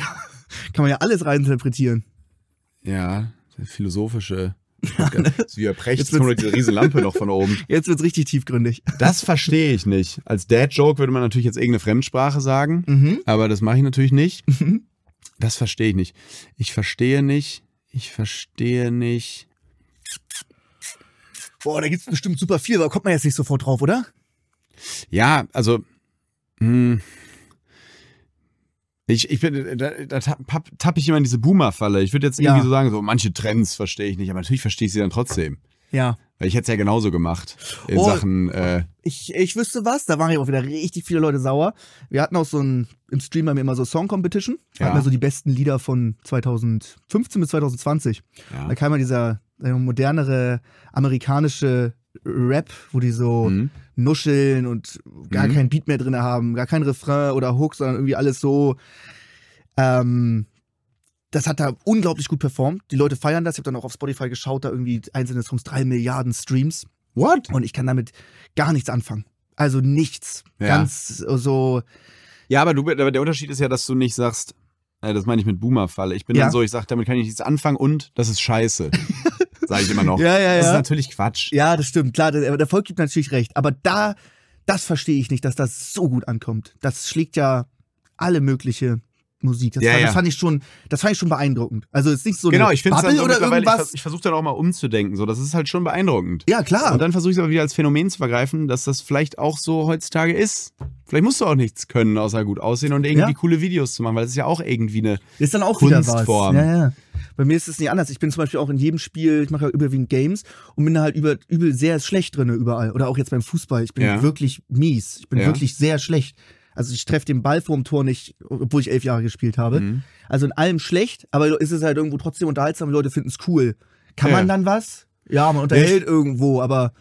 E: kann man ja alles reininterpretieren.
D: ja, philosophische. Ist wie bei Precht,
E: Jetzt
D: jetzt kommt diese riesen Lampe noch von oben.
E: Jetzt wird's richtig tiefgründig.
D: Das verstehe ich nicht. Als Dad-Joke würde man natürlich jetzt irgendeine Fremdsprache sagen,
E: Mhm.
D: aber das mache ich natürlich nicht. Das verstehe ich nicht. Ich verstehe nicht, ich verstehe nicht.
E: Boah, da gibt's bestimmt super viel, aber kommt man jetzt nicht sofort drauf, oder?
D: Ja, also. Mh, ich, ich bin, da, da tapp, papp- tapp ich immer in diese Boomer-Falle. Ich würde jetzt irgendwie
E: Ja.
D: so sagen, so manche Trends verstehe ich nicht, aber natürlich verstehe ich sie dann trotzdem.
E: Ja.
D: Weil ich hätte es ja genauso gemacht. In
E: Oh.
D: Sachen, äh,
E: Ich, ich wüsste was, da waren ja auch wieder richtig viele Leute sauer. Wir hatten auch so ein, im Stream haben wir immer so Song Competition.
D: Ja.
E: Da hatten wir so die besten Lieder von 2015 bis 2020.
D: ja.
E: Da kam ja dieser äh, modernere amerikanische Rap, wo die so
D: Mhm.
E: nuscheln und gar
D: Mhm.
E: kein Beat mehr drin haben, gar kein Refrain oder Hook, sondern irgendwie alles so. Ähm, das hat da unglaublich gut performt. Die Leute feiern das. Ich habe dann auch auf Spotify geschaut, da irgendwie einzelne Songs, drei Milliarden Streams.
D: What?
E: Und ich kann damit gar nichts anfangen. Also nichts.
D: Ja.
E: Ganz so.
D: Ja, aber, du, aber der Unterschied ist ja, dass du nicht sagst, äh, das meine ich mit Boomer-Falle. Ich bin
E: Ja.
D: dann so, ich sage, damit kann ich nichts anfangen und das ist scheiße. Sage ich immer noch.
E: Ja, ja,
D: Das ist
E: ja.
D: natürlich Quatsch.
E: Ja, das stimmt. Klar, der, der Volk gibt natürlich recht. Aber da, das verstehe ich nicht, dass das so gut ankommt. Das schlägt ja alle mögliche Musik. Das,
D: Ja,
E: fand,
D: ja.
E: das fand ich schon, das fand ich schon beeindruckend. Also es ist nicht so
D: genau,
E: eine
D: ich finde es
E: Bubble
D: dann so
E: oder
D: mittlerweile, ich,
E: irgendwas.
D: vers- ich versuche dann auch mal umzudenken. So, das ist halt schon beeindruckend.
E: ja, klar.
D: Und dann versuche ich es aber wieder als Phänomen zu vergreifen, dass das vielleicht auch so heutzutage ist. Vielleicht musst du auch nichts können, außer gut aussehen und irgendwie
E: Ja.
D: coole Videos zu machen, weil es ist ja auch irgendwie eine.
E: Ist dann auch
D: Kunstform.
E: wieder was. Ja, ja. Bei mir ist es nicht anders. Ich bin zum Beispiel auch in jedem Spiel, ich mache ja überwiegend Games und bin da halt über, übel sehr schlecht drinne überall. Oder auch jetzt beim Fußball. Ich bin
D: Ja.
E: wirklich mies. Ich bin
D: Ja.
E: wirklich sehr schlecht. Also ich treffe den Ball vorm Tor nicht, obwohl ich elf Jahre gespielt habe.
D: Mhm.
E: Also in allem schlecht, aber ist es halt irgendwo trotzdem unterhaltsam. Leute finden es cool. Kann
D: Ja.
E: man dann was? Ja, man unterhält irgendwo, aber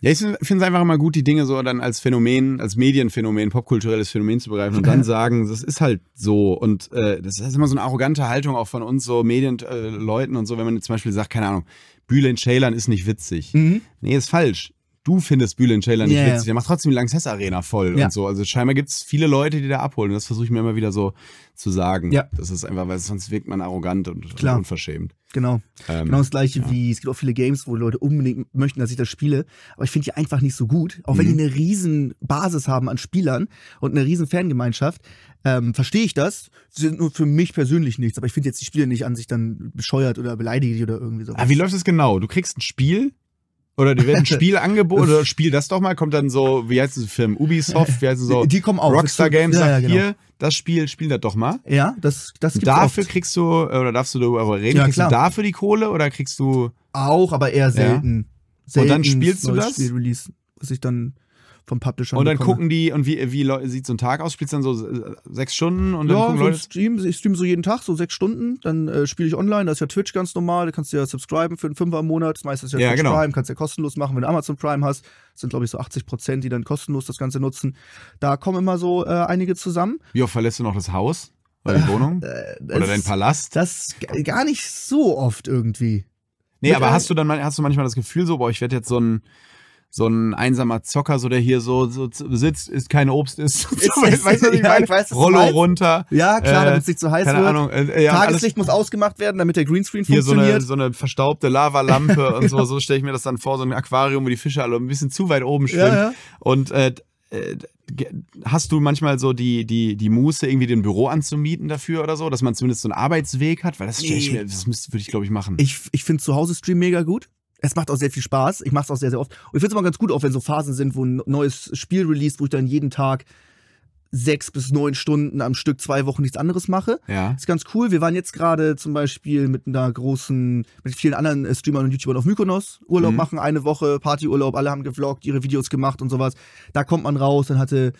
D: Ja, ich finde es einfach immer gut, die Dinge so dann als Phänomen, als Medienphänomen, popkulturelles Phänomen zu begreifen und dann sagen, das ist halt so. Und äh, das ist immer so eine arrogante Haltung auch von uns, so Medienleuten äh, Leuten und so, wenn man jetzt zum Beispiel sagt, keine Ahnung, Bülent Ceylan ist nicht witzig. Nee, ist falsch. Du findest Bülent Ceylan
E: Mhm. Ja,
D: nicht
E: ja.
D: witzig. Der macht trotzdem die Lanxess Arena voll
E: Ja.
D: und so. Also scheinbar gibt es viele Leute, die da abholen. Und das versuche ich mir immer wieder so zu sagen.
E: Ja.
D: Das ist einfach, weil sonst wirkt man arrogant und
E: Klar.
D: unverschämt.
E: Genau.
D: Ähm,
E: genau das gleiche wie, es gibt auch viele Games, wo Leute unbedingt möchten, dass ich das spiele, aber ich finde die einfach nicht so gut. Auch wenn
D: Mhm.
E: die eine riesen Basis haben an Spielern und eine riesen Fangemeinschaft, ähm, verstehe ich das. Sie sind nur für mich persönlich nichts, aber ich finde jetzt die Spiele nicht an sich dann bescheuert oder beleidigt oder irgendwie so.
D: Ah, wie läuft das genau? Du kriegst ein Spiel oder dir wird ein Spiel angeboten oder spiel das doch mal, kommt dann so, wie heißt diese Film? Ubisoft, wie heißen so?
E: Die kommen auch.
D: Rockstar
E: Das stimmt.
D: Games
E: Ja,
D: sagt
E: ja, genau.
D: hier, das Spiel, spiel das doch mal.
E: Ja, das, das
D: Und
E: gibt's
D: dafür
E: oft.
D: kriegst du, äh, oder darfst du darüber reden,
E: Ja,
D: kriegst
E: klar.
D: du dafür die Kohle oder kriegst du.
E: auch, aber eher selten. selten
D: Und dann spielst du
E: neues
D: das?
E: Spiel Release, was ich dann vom Publisher
D: Und dann
E: bekomme.
D: gucken die, und wie, wie Leu- sieht so ein Tag aus? Spielst dann so äh, sechs Stunden und dann
E: Ja,
D: gucken
E: so ein
D: Leute.
E: Stream, ich stream so jeden Tag, so sechs Stunden. Dann äh, spiele ich online, da ist ja Twitch ganz normal, da kannst du ja subscriben für einen Fünfer im Monat. Das meiste ist ja,
D: Ja,
E: Twitch
D: genau.
E: Prime, kannst ja kostenlos machen, wenn du Amazon Prime hast. Das sind, glaube ich, so 80 Prozent, die dann kostenlos das Ganze nutzen. Da kommen immer so äh, einige zusammen.
D: Wie oft verlässt du noch das Haus? Oder die Wohnung?
E: Äh,
D: Oder
E: Das-
D: dein Palast?
E: Das g- gar nicht so oft irgendwie.
D: Nee,
E: Mit
D: aber
E: ein-
D: hast du dann man- hast du manchmal das Gefühl so, boah, ich werde jetzt so ein so ein einsamer Zocker, so der hier so, so z- sitzt, isst kein Obst isst. und so,
E: ist-
D: weißt du, was ich
E: ja,
D: meine?
E: ich weiß, was du
D: Rollo
E: meinst.
D: runter.
E: Ja, klar,
D: äh,
E: damit es nicht zu heiß
D: keine
E: wird.
D: Ahnung, äh, ja,
E: Tageslicht
D: alles-
E: muss ausgemacht werden, damit der Greenscreen
D: Hier so eine,
E: funktioniert.
D: so eine verstaubte Lavalampe und so, so stelle ich mir das dann vor, so ein Aquarium, wo die Fische alle ein bisschen zu weit oben schwimmen.
E: ja.
D: Und äh, d- äh, ge- hast du manchmal so die, die, die Muße, irgendwie den Büro anzumieten dafür oder so, dass man zumindest so einen Arbeitsweg hat? Weil das stelle ich
E: Nee.
D: mir, das müsste, würde ich, glaube ich, machen.
E: Ich, ich finde zu Hause Stream mega gut. Es macht auch sehr viel Spaß. Ich mache es auch sehr, sehr oft. Und ich finde es immer ganz gut, auch wenn so Phasen sind, wo ein neues Spiel released, wo ich dann jeden Tag sechs bis neun Stunden am Stück zwei Wochen nichts anderes mache.
D: Ja.
E: Ist ganz cool. Wir waren jetzt gerade zum Beispiel mit einer großen, mit vielen anderen äh, Streamern und YouTubern auf Mykonos Urlaub
D: Mhm.
E: machen, eine Woche Partyurlaub, alle haben gevloggt, ihre Videos gemacht und sowas. Da kommt man raus, dann hatte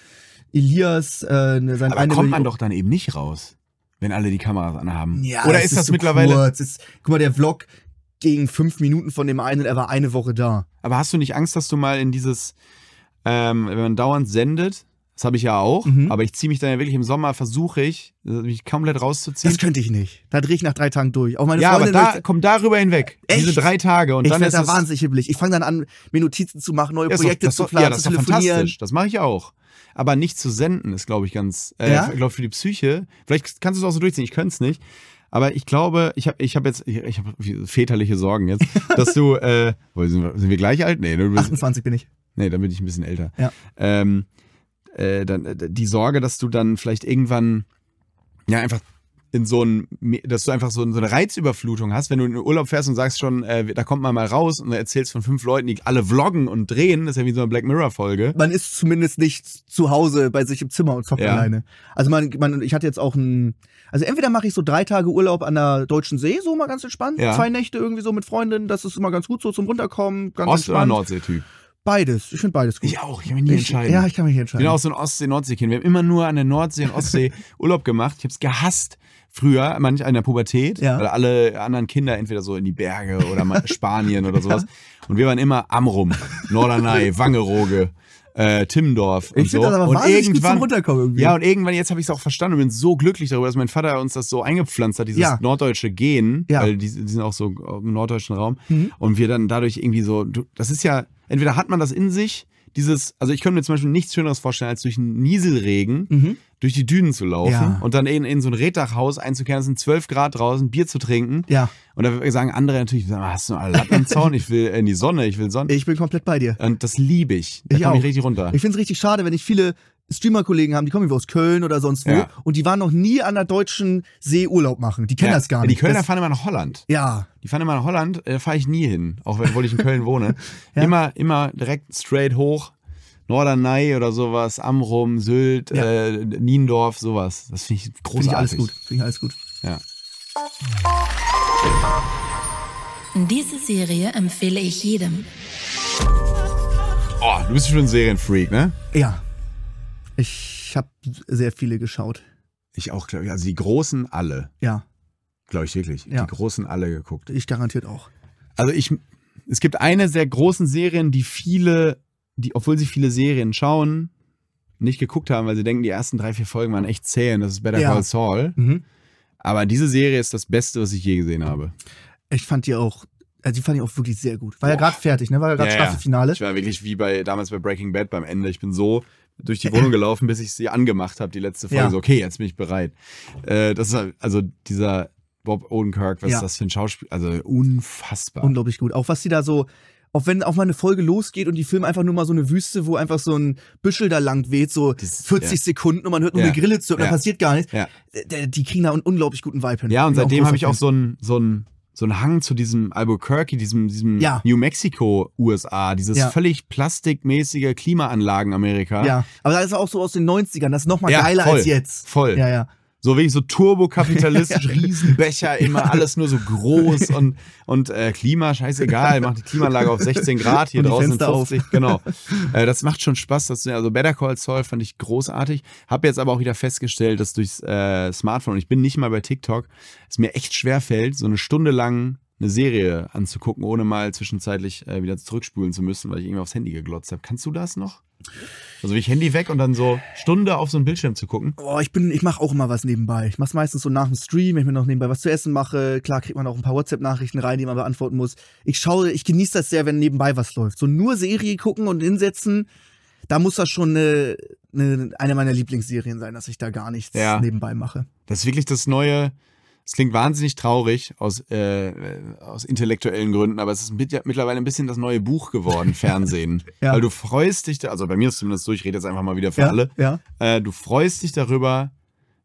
E: Elias äh, ne- sein
D: Aber
E: eine
D: kommt man
E: Million-
D: doch dann eben nicht raus, wenn alle die Kameras anhaben.
E: Ja,
D: Oder ist das
E: so
D: mittlerweile-
E: Kurz. Es Ist, guck mal, der Vlog ging fünf Minuten von dem einen und er war eine Woche da.
D: Aber hast du nicht Angst, dass du mal in dieses, ähm, wenn man dauernd sendet, das habe ich ja auch,
E: Mhm.
D: aber ich ziehe mich dann ja wirklich im Sommer, versuche ich, mich komplett rauszuziehen.
E: Das könnte ich nicht. Da drehe ich nach drei Tagen durch. Auch meine
D: ja, aber
E: Freundin
D: da, komm darüber hinweg.
E: Echt?
D: Diese drei Tage und
E: ich
D: dann
E: werde
D: ist
E: da
D: es,
E: wahnsinnig hibbelig. Ich fange dann an, mir Notizen zu machen, neue
D: Ja, ist doch-
E: Projekte
D: das ist
E: zu
D: doch-
E: planen,
D: Ja, das ist
E: zu
D: doch
E: telefonieren.
D: fantastisch. Das mache ich auch. Aber nicht zu senden ist, glaube ich, ganz. Äh,
E: Ja?
D: Ich glaube, für die Psyche. Vielleicht kannst du es auch so durchziehen. Ich könnte es nicht. Aber ich glaube, ich habe ich hab jetzt, ich, ich habe väterliche Sorgen jetzt, dass du, äh, wo sind, wir, sind wir gleich alt? Nee, du bist,
E: 28 Hm. bin ich.
D: nee, dann bin ich ein bisschen älter.
E: Ja.
D: Ähm, äh, dann, äh, die Sorge, dass du dann vielleicht irgendwann, ja, einfach in so ein, dass du einfach so, so eine Reizüberflutung hast, wenn du in den Urlaub fährst und sagst schon, äh, da kommt man mal raus und erzählst von fünf Leuten, die alle vloggen und drehen, das ist ja wie so eine Black Mirror-Folge.
E: Man ist zumindest nicht zu Hause bei sich im Zimmer und zockt
D: Ja.
E: alleine. Also man, man, ich hatte jetzt auch ein, also entweder mache ich so drei Tage Urlaub an der deutschen See, so mal ganz entspannt,
D: Ja.
E: zwei Nächte irgendwie so mit Freundinnen, das ist immer ganz gut so zum Runterkommen, ganz
D: Ost- oder
E: entspannt.
D: Nordsee-Typ?
E: Beides, ich finde beides gut.
D: Ich auch, ich kann mich nie entscheiden. Genau.
E: ja, ich kann mich nicht
D: ich
E: entscheiden.
D: bin auch so ein Ostsee-Nordsee-Kind. Wir haben immer nur an der Nordsee und Ostsee Urlaub gemacht. Ich habe es gehasst früher, manchmal in der Pubertät,
E: Ja.
D: weil alle anderen Kinder entweder so in die Berge oder mal Spanien oder sowas. Und wir waren immer Amrum, Norderney, Wangerooge, äh, Timmendorf und
E: Ich
D: so.
E: finde das aber
D: und
E: wahnsinnig gut zum
D: irgendwann,
E: Runterkommen irgendwie.
D: ja, und irgendwann, jetzt habe ich es auch verstanden und bin so glücklich darüber, dass mein Vater uns das so eingepflanzt hat, dieses
E: Ja.
D: norddeutsche Gen,
E: Ja.
D: weil die, die sind auch so im norddeutschen Raum.
E: Mhm.
D: Und wir dann dadurch irgendwie so, du- das ist ja, entweder hat man das in sich, dieses, also ich könnte mir zum Beispiel nichts Schöneres vorstellen, als durch einen Nieselregen
E: Mhm.
D: durch die Dünen zu laufen
E: Ja.
D: und dann in, in so ein Reddachhaus einzukehren, es sind 12 Grad draußen, Bier zu trinken.
E: ja,
D: Und da sagen andere natürlich, sag mal, hast du alle Latten am Zaun? Ich will in die Sonne, ich will Sonne.
E: ich bin komplett bei dir.
D: und das liebe ich. Da
E: Ich
D: komme ich
E: auch.
D: richtig runter.
E: Ich finde es richtig schade, wenn ich viele Streamer-Kollegen haben, die kommen irgendwie aus Köln oder sonst wo
D: Ja.
E: und die waren noch nie an der deutschen See Urlaub machen. Die kennen
D: ja,
E: das gar
D: Die
E: nicht.
D: Kölner
E: das,
D: fahren immer nach Holland.
E: ja,
D: Die fahren immer nach Holland, äh, fahre ich nie hin, auch wenn- obwohl ich in Köln wohne.
E: Ja.
D: Immer, immer direkt straight hoch. Norderney oder sowas, Amrum, Sylt,
E: Ja.
D: äh, Niendorf, sowas. Das finde ich großartig.
E: finde ich alles gut. Finde ich alles gut.
D: Ja.
C: Diese Serie empfehle ich jedem.
D: Oh, du bist schon ein Serienfreak, ne?
E: Ja. Ich habe sehr viele geschaut.
D: Ich auch, glaube ich. Also die Großen alle,
E: Ja,
D: glaube ich wirklich.
E: Ja.
D: Die Großen alle geguckt.
E: ich garantiert auch.
D: Also ich, es gibt eine sehr großen Serien, die viele, die, obwohl sie viele Serien schauen, nicht geguckt haben, weil sie denken, die ersten drei, vier Folgen waren echt zäh und das ist Better
E: Ja.
D: Call Saul.
E: Mhm.
D: Aber diese Serie ist das Beste, was ich je gesehen habe.
E: Ich fand die auch, also die fand ich auch wirklich sehr gut. War ja gerade fertig, ne? War ja gerade
D: Ja, ja.
E: Staffelfinale.
D: Ich war wirklich wie bei damals bei Breaking Bad beim Ende. Ich bin so durch die Wohnung gelaufen, bis ich sie angemacht habe, die letzte Folge.
E: Ja.
D: So, okay, jetzt bin ich bereit. Äh, das ist halt- also dieser Bob Odenkirk, was
E: Ja.
D: ist das für ein Schauspiel? Also unfassbar.
E: Unglaublich gut. Auch was die da so, auch wenn auch mal eine Folge losgeht und die filmen einfach nur mal so eine Wüste, wo einfach so ein Büschel da lang weht, so
D: Das-
E: 40
D: ja.
E: Sekunden und man hört nur
D: Ja.
E: eine Grille zu und
D: Ja.
E: da passiert gar nichts.
D: Ja.
E: D- d- Die kriegen da einen unglaublich guten Vibe hin.
D: Ja, und
E: Bin
D: seitdem
E: großer
D: habe ich auch
E: Fan.
D: so einen so einen so einen Hang zu diesem Albuquerque, diesem, diesem
E: Ja.
D: New Mexico USA, dieses
E: Ja.
D: völlig plastikmäßige Klimaanlagen Amerika.
E: Ja, aber das ist auch so aus den 90ern, das ist nochmal
D: Ja,
E: geiler
D: voll,
E: als jetzt.
D: Voll.
E: Ja, ja.
D: So wirklich so turbokapitalistisch, Riesenbecher, immer alles nur so groß und, und äh, Klima, scheißegal, macht die Klimaanlage auf 16 Grad, hier
E: Und die
D: draußen sind
E: Fenster auf.
D: 50, genau. Äh, das macht schon Spaß, das, also Better Call Saul fand ich großartig, habe jetzt aber auch wieder festgestellt, dass durchs äh, Smartphone, und ich bin nicht mal bei TikTok, es mir echt schwer fällt, so eine Stunde lang eine Serie anzugucken, ohne mal zwischenzeitlich äh, wieder zurückspulen zu müssen, weil ich irgendwie aufs Handy geglotzt habe. Kannst du das noch? Also wie ich Handy weg und dann so Stunde auf so einen Bildschirm zu gucken.
E: Boah, ich bin, ich mache auch immer was nebenbei. Ich mache meistens so nach dem Stream, wenn ich mir noch nebenbei was zu essen mache. Klar kriegt man auch ein paar WhatsApp-Nachrichten rein, die man beantworten muss. Ich schaue, ich genieße das sehr, wenn nebenbei was läuft. So nur Serie gucken und hinsetzen, da muss das schon eine, eine, eine meiner Lieblingsserien sein, dass ich da gar nichts
D: Ja.
E: nebenbei mache.
D: Das ist wirklich das neue. Es klingt wahnsinnig traurig aus, äh, aus intellektuellen Gründen, aber es ist mit, mittlerweile ein bisschen das neue Buch geworden, Fernsehen.
E: Ja.
D: Weil du freust dich, da, also bei mir ist es zumindest so, ich rede jetzt einfach mal wieder für
E: ja,
D: alle.
E: ja.
D: Äh, du freust dich darüber,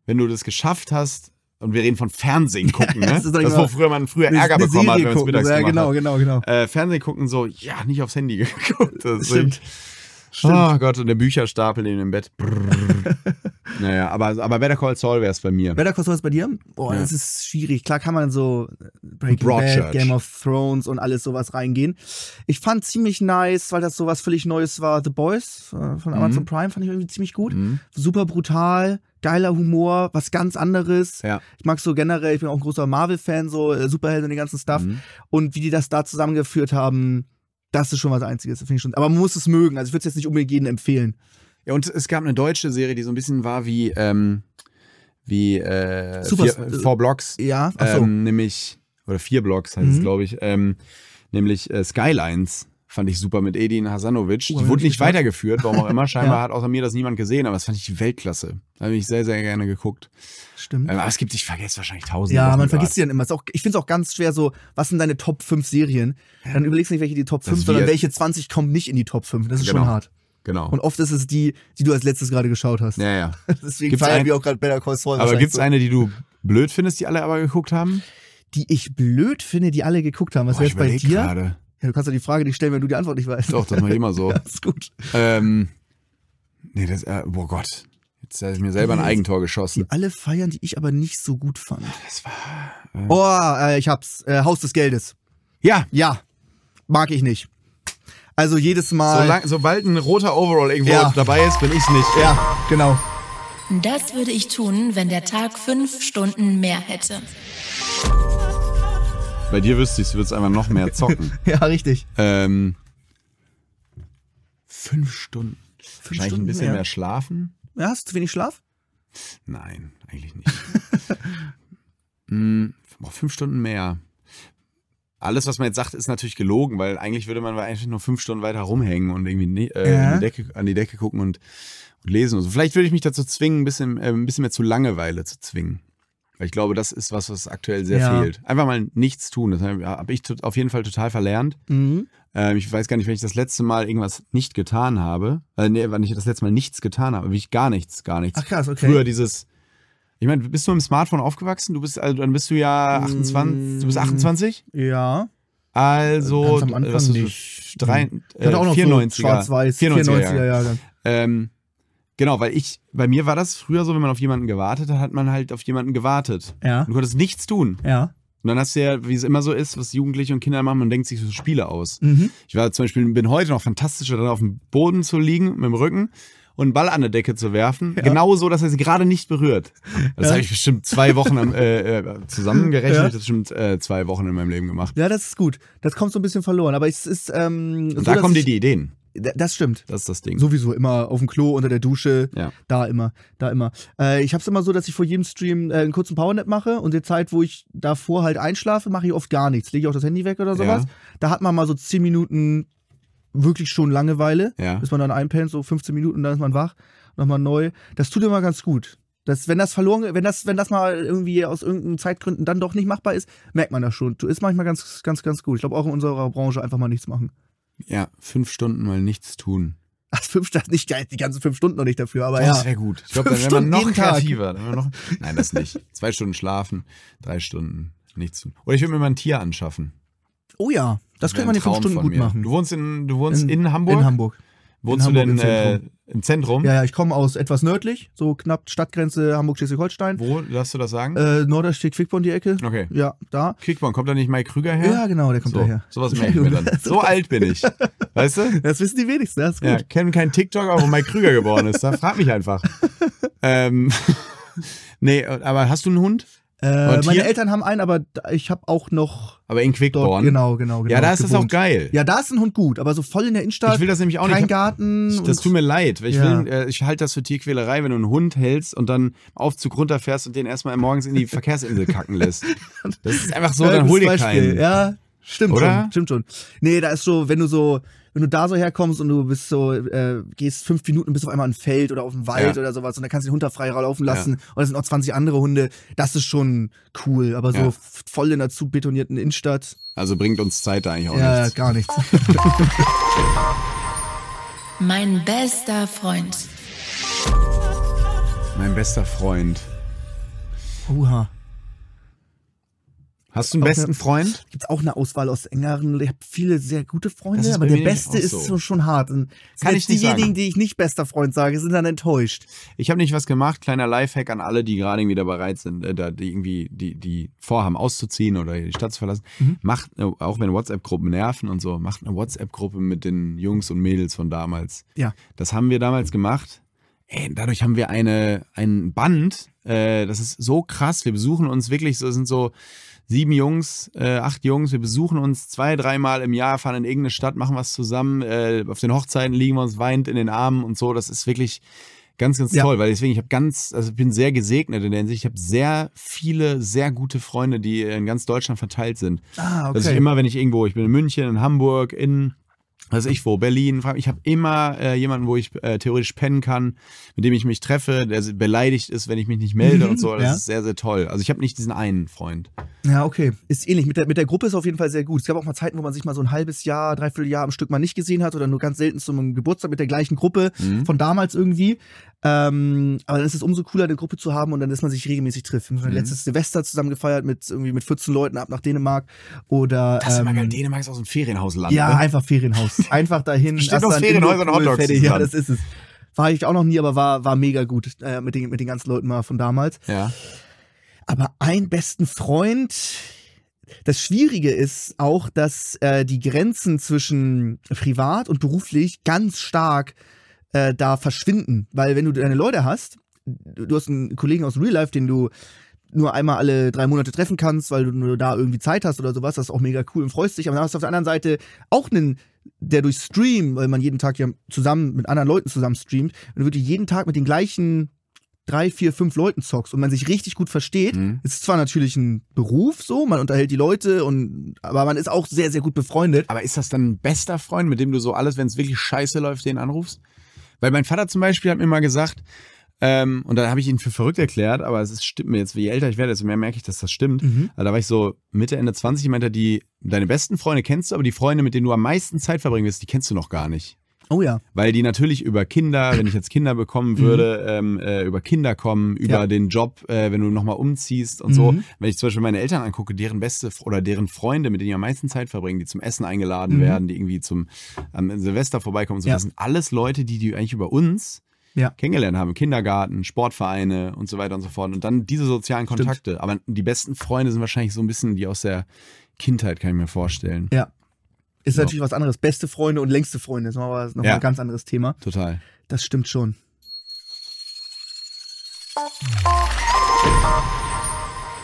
D: wenn du das geschafft hast, und wir reden von Fernsehen gucken, ne?
E: Das
D: Das,
E: ist doch nicht
D: wo
E: mal-
D: früher man früher Ärger
E: Eine
D: bekommen hat, wenn
E: Serie
D: man es
E: gucken.
D: mittags
E: Ja,
D: gemacht
E: genau,
D: hat.
E: genau, genau.
D: Äh, Fernsehen gucken, so, ja, nicht aufs Handy geguckt. Das ist
E: Stimmt.
D: wirklich- Oh Gott, und der Bücherstapel neben dem Bett. Brrr. naja, aber, aber Better Call Saul wäre es bei mir.
E: Better Call Saul ist bei dir? Boah,
D: Ja.
E: das ist schwierig. Klar kann man so äh, Breaking
D: Broadchurch.
E: Bad, Game of Thrones und alles sowas reingehen. Ich fand ziemlich nice, weil das sowas völlig Neues war. The Boys äh, von Amazon Prime fand ich irgendwie ziemlich gut.
D: Mhm.
E: Super brutal, geiler Humor, was ganz anderes.
D: Ja.
E: Ich mag so generell, ich bin auch ein großer Marvel-Fan, so äh, Superhelden und den ganzen Stuff.
D: Mhm.
E: Und wie die das da zusammengeführt haben, das ist schon was Einziges. das Finde ich schon. Aber man muss es mögen. Also ich würde es jetzt nicht unbedingt jedem empfehlen.
D: Ja, und es gab eine deutsche Serie, die so ein bisschen war wie, ähm, wie äh,
E: Super-
D: vier, Four Blocks.
E: Ja, achso.
D: Ähm, nämlich, oder vier Blocks heißt es,
E: Mhm.
D: glaube ich. Ähm, nämlich äh, Skylines. Fand ich super mit Edin Hasanovic.
E: Oh, hab
D: die
E: ich
D: wurde
E: nicht
D: nicht
E: geschaut.
D: weitergeführt, warum auch immer. Scheinbar
E: Ja.
D: hat außer mir das niemand gesehen, aber das fand ich Weltklasse. Da habe ich sehr, sehr gerne geguckt. Ähm,
E: Stimmt.
D: Aber es gibt, ich vergesse wahrscheinlich tausende.
E: Ja,
D: Sachen
E: man
D: gerade.
E: vergisst sie dann immer. Ist auch, ich finde es auch ganz schwer so, was sind deine Top 5 Serien? Dann überlegst du nicht, welche die Top
D: Das
E: 5, sondern
D: wird-
E: welche 20 kommt nicht in die Top 5. Das ist
D: Genau.
E: schon hart.
D: Genau.
E: Und oft ist es die, die du als letztes gerade geschaut hast.
D: ja, ja.
E: Deswegen
D: Gibt's ein-
E: feiern wir auch gerade Better Call Saul.
D: Aber
E: wahrscheinlich
D: gibt es
E: so.
D: eine, die du blöd findest, die alle aber geguckt haben?
E: die ich blöd finde, die alle geguckt haben? Was
D: Boah,
E: wäre
D: ich
E: jetzt bei
D: überleg
E: dir? Ja,
D: Gerade.
E: du kannst doch die Frage nicht stellen, wenn du die Antwort nicht weißt.
D: Doch, das mache ich immer so.
E: ist gut.
D: Ähm, nee, das, äh, oh Gott. Jetzt habe ich mir selber ein Eigentor geschossen.
E: Die alle feiern, die ich aber nicht so gut fand.
D: Das war,
E: Oh, äh, ich hab's. Äh, Haus des Geldes.
D: ja,
E: Ja, mag ich nicht. Also jedes Mal.
D: solang, sobald ein roter Overall irgendwo
E: Ja.
D: dabei ist, bin ich nicht.
E: ja, genau.
C: Das würde ich tun, wenn der Tag fünf Stunden mehr hätte.
D: Bei dir wüsste ich, du würdest einfach noch mehr zocken.
E: Ja, richtig.
D: ähm, fünf Stunden. Wahrscheinlich
E: Stunden
D: ein bisschen
E: mehr.
D: mehr schlafen?
E: Ja, hast du zu wenig Schlaf?
D: Nein, eigentlich nicht. Hm, boah, fünf Stunden mehr. Alles, was man jetzt sagt, ist natürlich gelogen, weil eigentlich würde man eigentlich nur fünf Stunden weiter rumhängen und irgendwie ne, äh,
E: Ja.
D: in die Decke, an die Decke gucken und, und lesen. Und so. Vielleicht würde ich mich dazu zwingen, ein bisschen, äh, ein bisschen mehr zu Langeweile zu zwingen. Weil ich glaube, das ist was, was aktuell sehr
E: Ja.
D: fehlt. Einfach mal nichts tun. Das habe ich to- auf jeden Fall total verlernt.
E: Mhm.
D: Ähm, ich weiß gar nicht, wenn ich das letzte Mal irgendwas nicht getan habe. Äh, nee, wann ich das letzte Mal nichts getan habe. Wie ich gar nichts, gar nichts.
E: Ach krass, okay.
D: Früher dieses. Ich meine, bist du im Smartphone aufgewachsen? Du bist, also dann bist du ja 28. Du bist 28?
E: Ja.
D: Also,
E: Mm. Ganz am Anfang
D: was ist das?
E: nicht.
D: Drei,
E: Ich
D: äh,
E: hatte auch noch
D: 94er.
E: so schwarz-weiß,
D: 94er,
E: 94er,
D: ja.
E: Jahrgang.
D: Ähm, genau, weil ich, bei mir war das früher so, wenn man auf jemanden gewartet hat, hat man halt auf jemanden gewartet.
E: Ja.
D: Und du konntest nichts tun.
E: Ja.
D: Und dann hast du ja, wie es immer so ist, was Jugendliche und Kinder machen, man denkt sich so Spiele aus.
E: Mhm.
D: Ich war zum Beispiel, bin heute noch fantastisch darin, auf dem Boden zu liegen, mit dem Rücken und einen Ball an der Decke zu werfen. Genau so, dass er sie gerade nicht berührt. Das
E: Ja.
D: habe ich bestimmt zwei Wochen am, äh, äh, zusammengerechnet.
E: Ja.
D: Das bestimmt äh, zwei Wochen in meinem Leben gemacht.
E: Ja, das ist gut. Das kommt so ein bisschen verloren, aber es ist ähm, so,
D: Und da
E: dass
D: kommen dir
E: ich-
D: die Ideen.
E: D- Das stimmt.
D: Das ist das Ding.
E: Sowieso immer auf dem Klo, unter der Dusche,
D: Ja.
E: da immer, da immer. Äh, ich hab's immer so, dass ich vor jedem Stream äh, einen kurzen Powernap mache und die Zeit, wo ich davor halt einschlafe, mache ich oft gar nichts. Lege ich auch das Handy weg oder sowas.
D: Ja.
E: Da hat man mal so 10 Minuten wirklich schon Langeweile,
D: Ja.
E: bis man dann einpennt, so 15 Minuten, dann ist man wach, nochmal neu. Das tut immer ganz gut. Das, wenn das verloren, wenn das, wenn das mal irgendwie aus irgendeinen Zeitgründen dann doch nicht machbar ist, merkt man das schon. Ist manchmal ganz, ganz, ganz gut. Ich glaube auch in unserer Branche einfach mal nichts machen.
D: Ja, fünf Stunden mal nichts tun.
E: Ach, fünf Stunden, nicht geil, die ganzen fünf Stunden noch nicht dafür, aber
D: Das
E: Ah, ja.
D: wäre gut. Ich glaube, dann
E: Fünf
D: wäre man
E: Stunden
D: noch
E: jeden Tag.
D: kreativer. Dann wär man noch, nein, das nicht. Zwei Stunden schlafen, drei Stunden nichts tun. Oder ich würde mir mal ein Tier anschaffen.
E: Oh ja, das
D: wär
E: könnte
D: ein
E: man in fünf
D: Traum
E: Stunden
D: von
E: gut
D: mir.
E: machen.
D: Du wohnst in, du wohnst in, Hamburg?
E: In Hamburg.
D: Wohnst
E: in
D: du denn
E: Hamburg im
D: Äh, im Zentrum?
E: Ja, ja, ich komme aus etwas nördlich, so knapp Stadtgrenze Hamburg-Schleswig-Holstein.
D: Wo, darfst du das sagen?
E: Äh, Norderstedt, Quickborn die Ecke.
D: Okay.
E: Ja, da.
D: Kickborn, kommt da nicht Mike Krüger her?
E: Ja, genau, der kommt
D: so,
E: daher.
D: Sowas merke ich mir dann. So alt bin ich. Weißt du?
E: Das wissen die wenigsten, das ist gut.
D: Ja, kennen keinen TikToker, wo Mike Krüger geboren ist. Da frag mich einfach. ähm, nee, aber hast du einen Hund?
E: Äh,
D: Und
E: meine
D: hier?
E: Eltern haben einen, aber da- ich habe auch noch
D: Aber in
E: dort.
D: Quickborn.
E: Genau, genau, genau.
D: ja, da ist das auch
E: gewohnt.
D: geil.
E: Ja, da ist ein Hund gut, aber so voll in der Innenstadt.
D: Ich will das nämlich auch nicht.
E: Kein
D: Ich hab-
E: Garten.
D: Ich- Das
E: und-
D: tut mir leid. Weil ich,
E: Ja.
D: will, äh, ich halte das für Tierquälerei, wenn du einen Hund hältst und dann im Aufzug runterfährst und den erstmal morgens in die Verkehrsinsel kacken lässt. Das ist einfach so,
E: Ja,
D: dann
E: gutes
D: hol dir
E: Beispiel.
D: keinen.
E: Ja, stimmt
D: Oder?
E: schon, stimmt schon. Nee, da ist so, wenn du so, wenn du da so herkommst und du bist so, äh, gehst fünf Minuten und bist auf einmal im Feld oder auf dem Wald
D: Ja.
E: oder sowas und dann kannst du den Hund da frei laufen lassen und es sind noch 20 andere Hunde, das ist schon cool, aber so
D: Ja.
E: f- voll in der zu betonierten Innenstadt,
D: Also bringt uns Zeit da eigentlich auch
E: ja,
D: nichts.
E: gar nichts.
C: Mein bester Freund.
D: Mein bester Freund.
E: Uha.
D: Hast du einen
E: Auch
D: besten
E: eine-
D: Freund?
E: Gibt's auch eine Auswahl aus engeren. Ich habe viele sehr gute
D: Das
E: Freunde,
D: ist
E: aber
D: bei
E: der
D: mir nämlich
E: Beste
D: auch
E: ist
D: so.
E: so. schon hart. Und
D: Kann
E: selbst
D: ich nicht
E: diejenigen,
D: sagen.
E: die ich nicht bester Freund sage, sind dann enttäuscht.
D: Ich habe nicht was gemacht. Kleiner Lifehack an alle, die gerade irgendwie da bereit sind, äh, da die irgendwie die, die vorhaben auszuziehen oder die Stadt zu verlassen. Macht, äh, auch wenn WhatsApp-Gruppen nerven und so, macht eine WhatsApp-Gruppe mit den Jungs und Mädels von damals.
E: Ja.
D: Das haben wir damals gemacht. Ey, dadurch haben wir eine, ein Band. Äh, das ist so krass. Wir besuchen uns wirklich, so es sind so sieben Jungs, äh, acht Jungs. Wir besuchen uns zwei, dreimal im Jahr, fahren in irgendeine Stadt, machen was zusammen. Äh, auf den Hochzeiten liegen wir uns weinend in den Armen und so. Das ist wirklich ganz, ganz
E: Ja.
D: toll, weil deswegen, ich habe ganz, also ich bin sehr gesegnet in der Hinsicht. Ich habe sehr viele, sehr gute Freunde, die in ganz Deutschland verteilt sind.
E: Ah,
D: Dass Also ich immer, wenn ich irgendwo, ich bin in München, in Hamburg, in was weiß ich wo, Berlin, Frank- ich habe immer äh, jemanden, wo ich äh, theoretisch pennen kann, mit dem ich mich treffe, der beleidigt ist, wenn ich mich nicht melde
E: Mhm,
D: und so. Das
E: ja.
D: ist sehr, sehr toll. Also ich habe nicht diesen einen Freund.
E: Ja, okay. Ist ähnlich. Mit der, mit der Gruppe ist auf jeden Fall sehr gut. Es gab auch mal Zeiten, wo man sich mal so ein halbes Jahr, dreiviertel Jahr am Stück mal nicht gesehen hat oder nur ganz selten zum Geburtstag mit der gleichen Gruppe
D: Mhm.
E: von damals irgendwie. Ähm, aber dann ist es umso cooler, eine Gruppe zu haben und dann, dass man sich regelmäßig trifft. Wir haben
D: Mhm.
E: letztes Silvester zusammen gefeiert mit irgendwie mit 14 Leuten ab nach Dänemark oder
D: Das ist immer
E: ähm,
D: geil. Dänemark ist auch so ein Ferienhausland.
E: ja,
D: ne?
E: einfach Ferienhaus. Einfach dahin.
D: Bestimmt
E: hast
D: auch
E: dann
D: Ferienhäuser und
E: Indoor-Pool,
D: Hotdogs
E: fertig. Ja,
D: dran.
E: das ist es. War ich auch noch nie, aber war, war mega gut äh, mit, den, mit den ganzen Leuten mal von damals.
D: ja.
E: Aber einen besten Freund. Das Schwierige ist auch, dass äh, die Grenzen zwischen privat und beruflich ganz stark äh, da verschwinden. Weil wenn du deine Leute hast, du du hast einen Kollegen aus dem Real Life, den du nur einmal alle drei Monate treffen kannst, weil du nur da irgendwie Zeit hast oder sowas, das ist auch mega cool und freust dich. Aber dann hast du auf der anderen Seite auch einen, der durch Stream, weil man jeden Tag ja zusammen mit anderen Leuten zusammen streamt, wenn du wirklich jeden Tag mit den gleichen drei, vier, fünf Leuten zockst und man sich richtig gut versteht,
D: Mhm.
E: es ist zwar natürlich ein Beruf so, man unterhält die Leute und aber man ist auch sehr, sehr gut befreundet.
D: Aber ist das dann ein bester Freund, mit dem du so alles, wenn es wirklich scheiße läuft, den anrufst? Weil mein Vater zum Beispiel hat mir mal gesagt, ähm, und da habe ich ihn für verrückt erklärt, aber es ist, stimmt mir jetzt, je älter ich werde, desto mehr merke ich, dass das stimmt.
E: Mhm.
D: Also da war ich so Mitte, Ende 20, meinte er, die, deine besten Freunde kennst du, aber die Freunde, mit denen du am meisten Zeit verbringen wirst, die kennst du noch gar nicht.
E: Oh ja.
D: Weil die natürlich über Kinder, wenn ich jetzt Kinder bekommen würde, ähm, äh, über Kinder kommen, über
E: Mhm. Ja.
D: den Job, äh, wenn du nochmal umziehst und so.
E: Mhm.
D: Wenn ich zum Beispiel meine Eltern angucke, deren beste oder deren Freunde, mit denen die am meisten Zeit verbringen, die zum Essen eingeladen
E: Mhm.
D: werden, die irgendwie zum am Silvester vorbeikommen, und so,
E: Ja.
D: das sind alles Leute, die die eigentlich über uns
E: Ja.
D: kennengelernt haben, Kindergarten, Sportvereine und so weiter und so fort. Und dann diese sozialen Kontakte. Aber die besten Freunde sind wahrscheinlich so ein bisschen die aus der Kindheit, kann ich mir vorstellen.
E: Ja. Ist
D: So.
E: natürlich was anderes. Beste Freunde und längste Freunde ist nochmal noch mal
D: Ja.
E: ein ganz anderes Thema.
D: Total.
E: Das stimmt schon.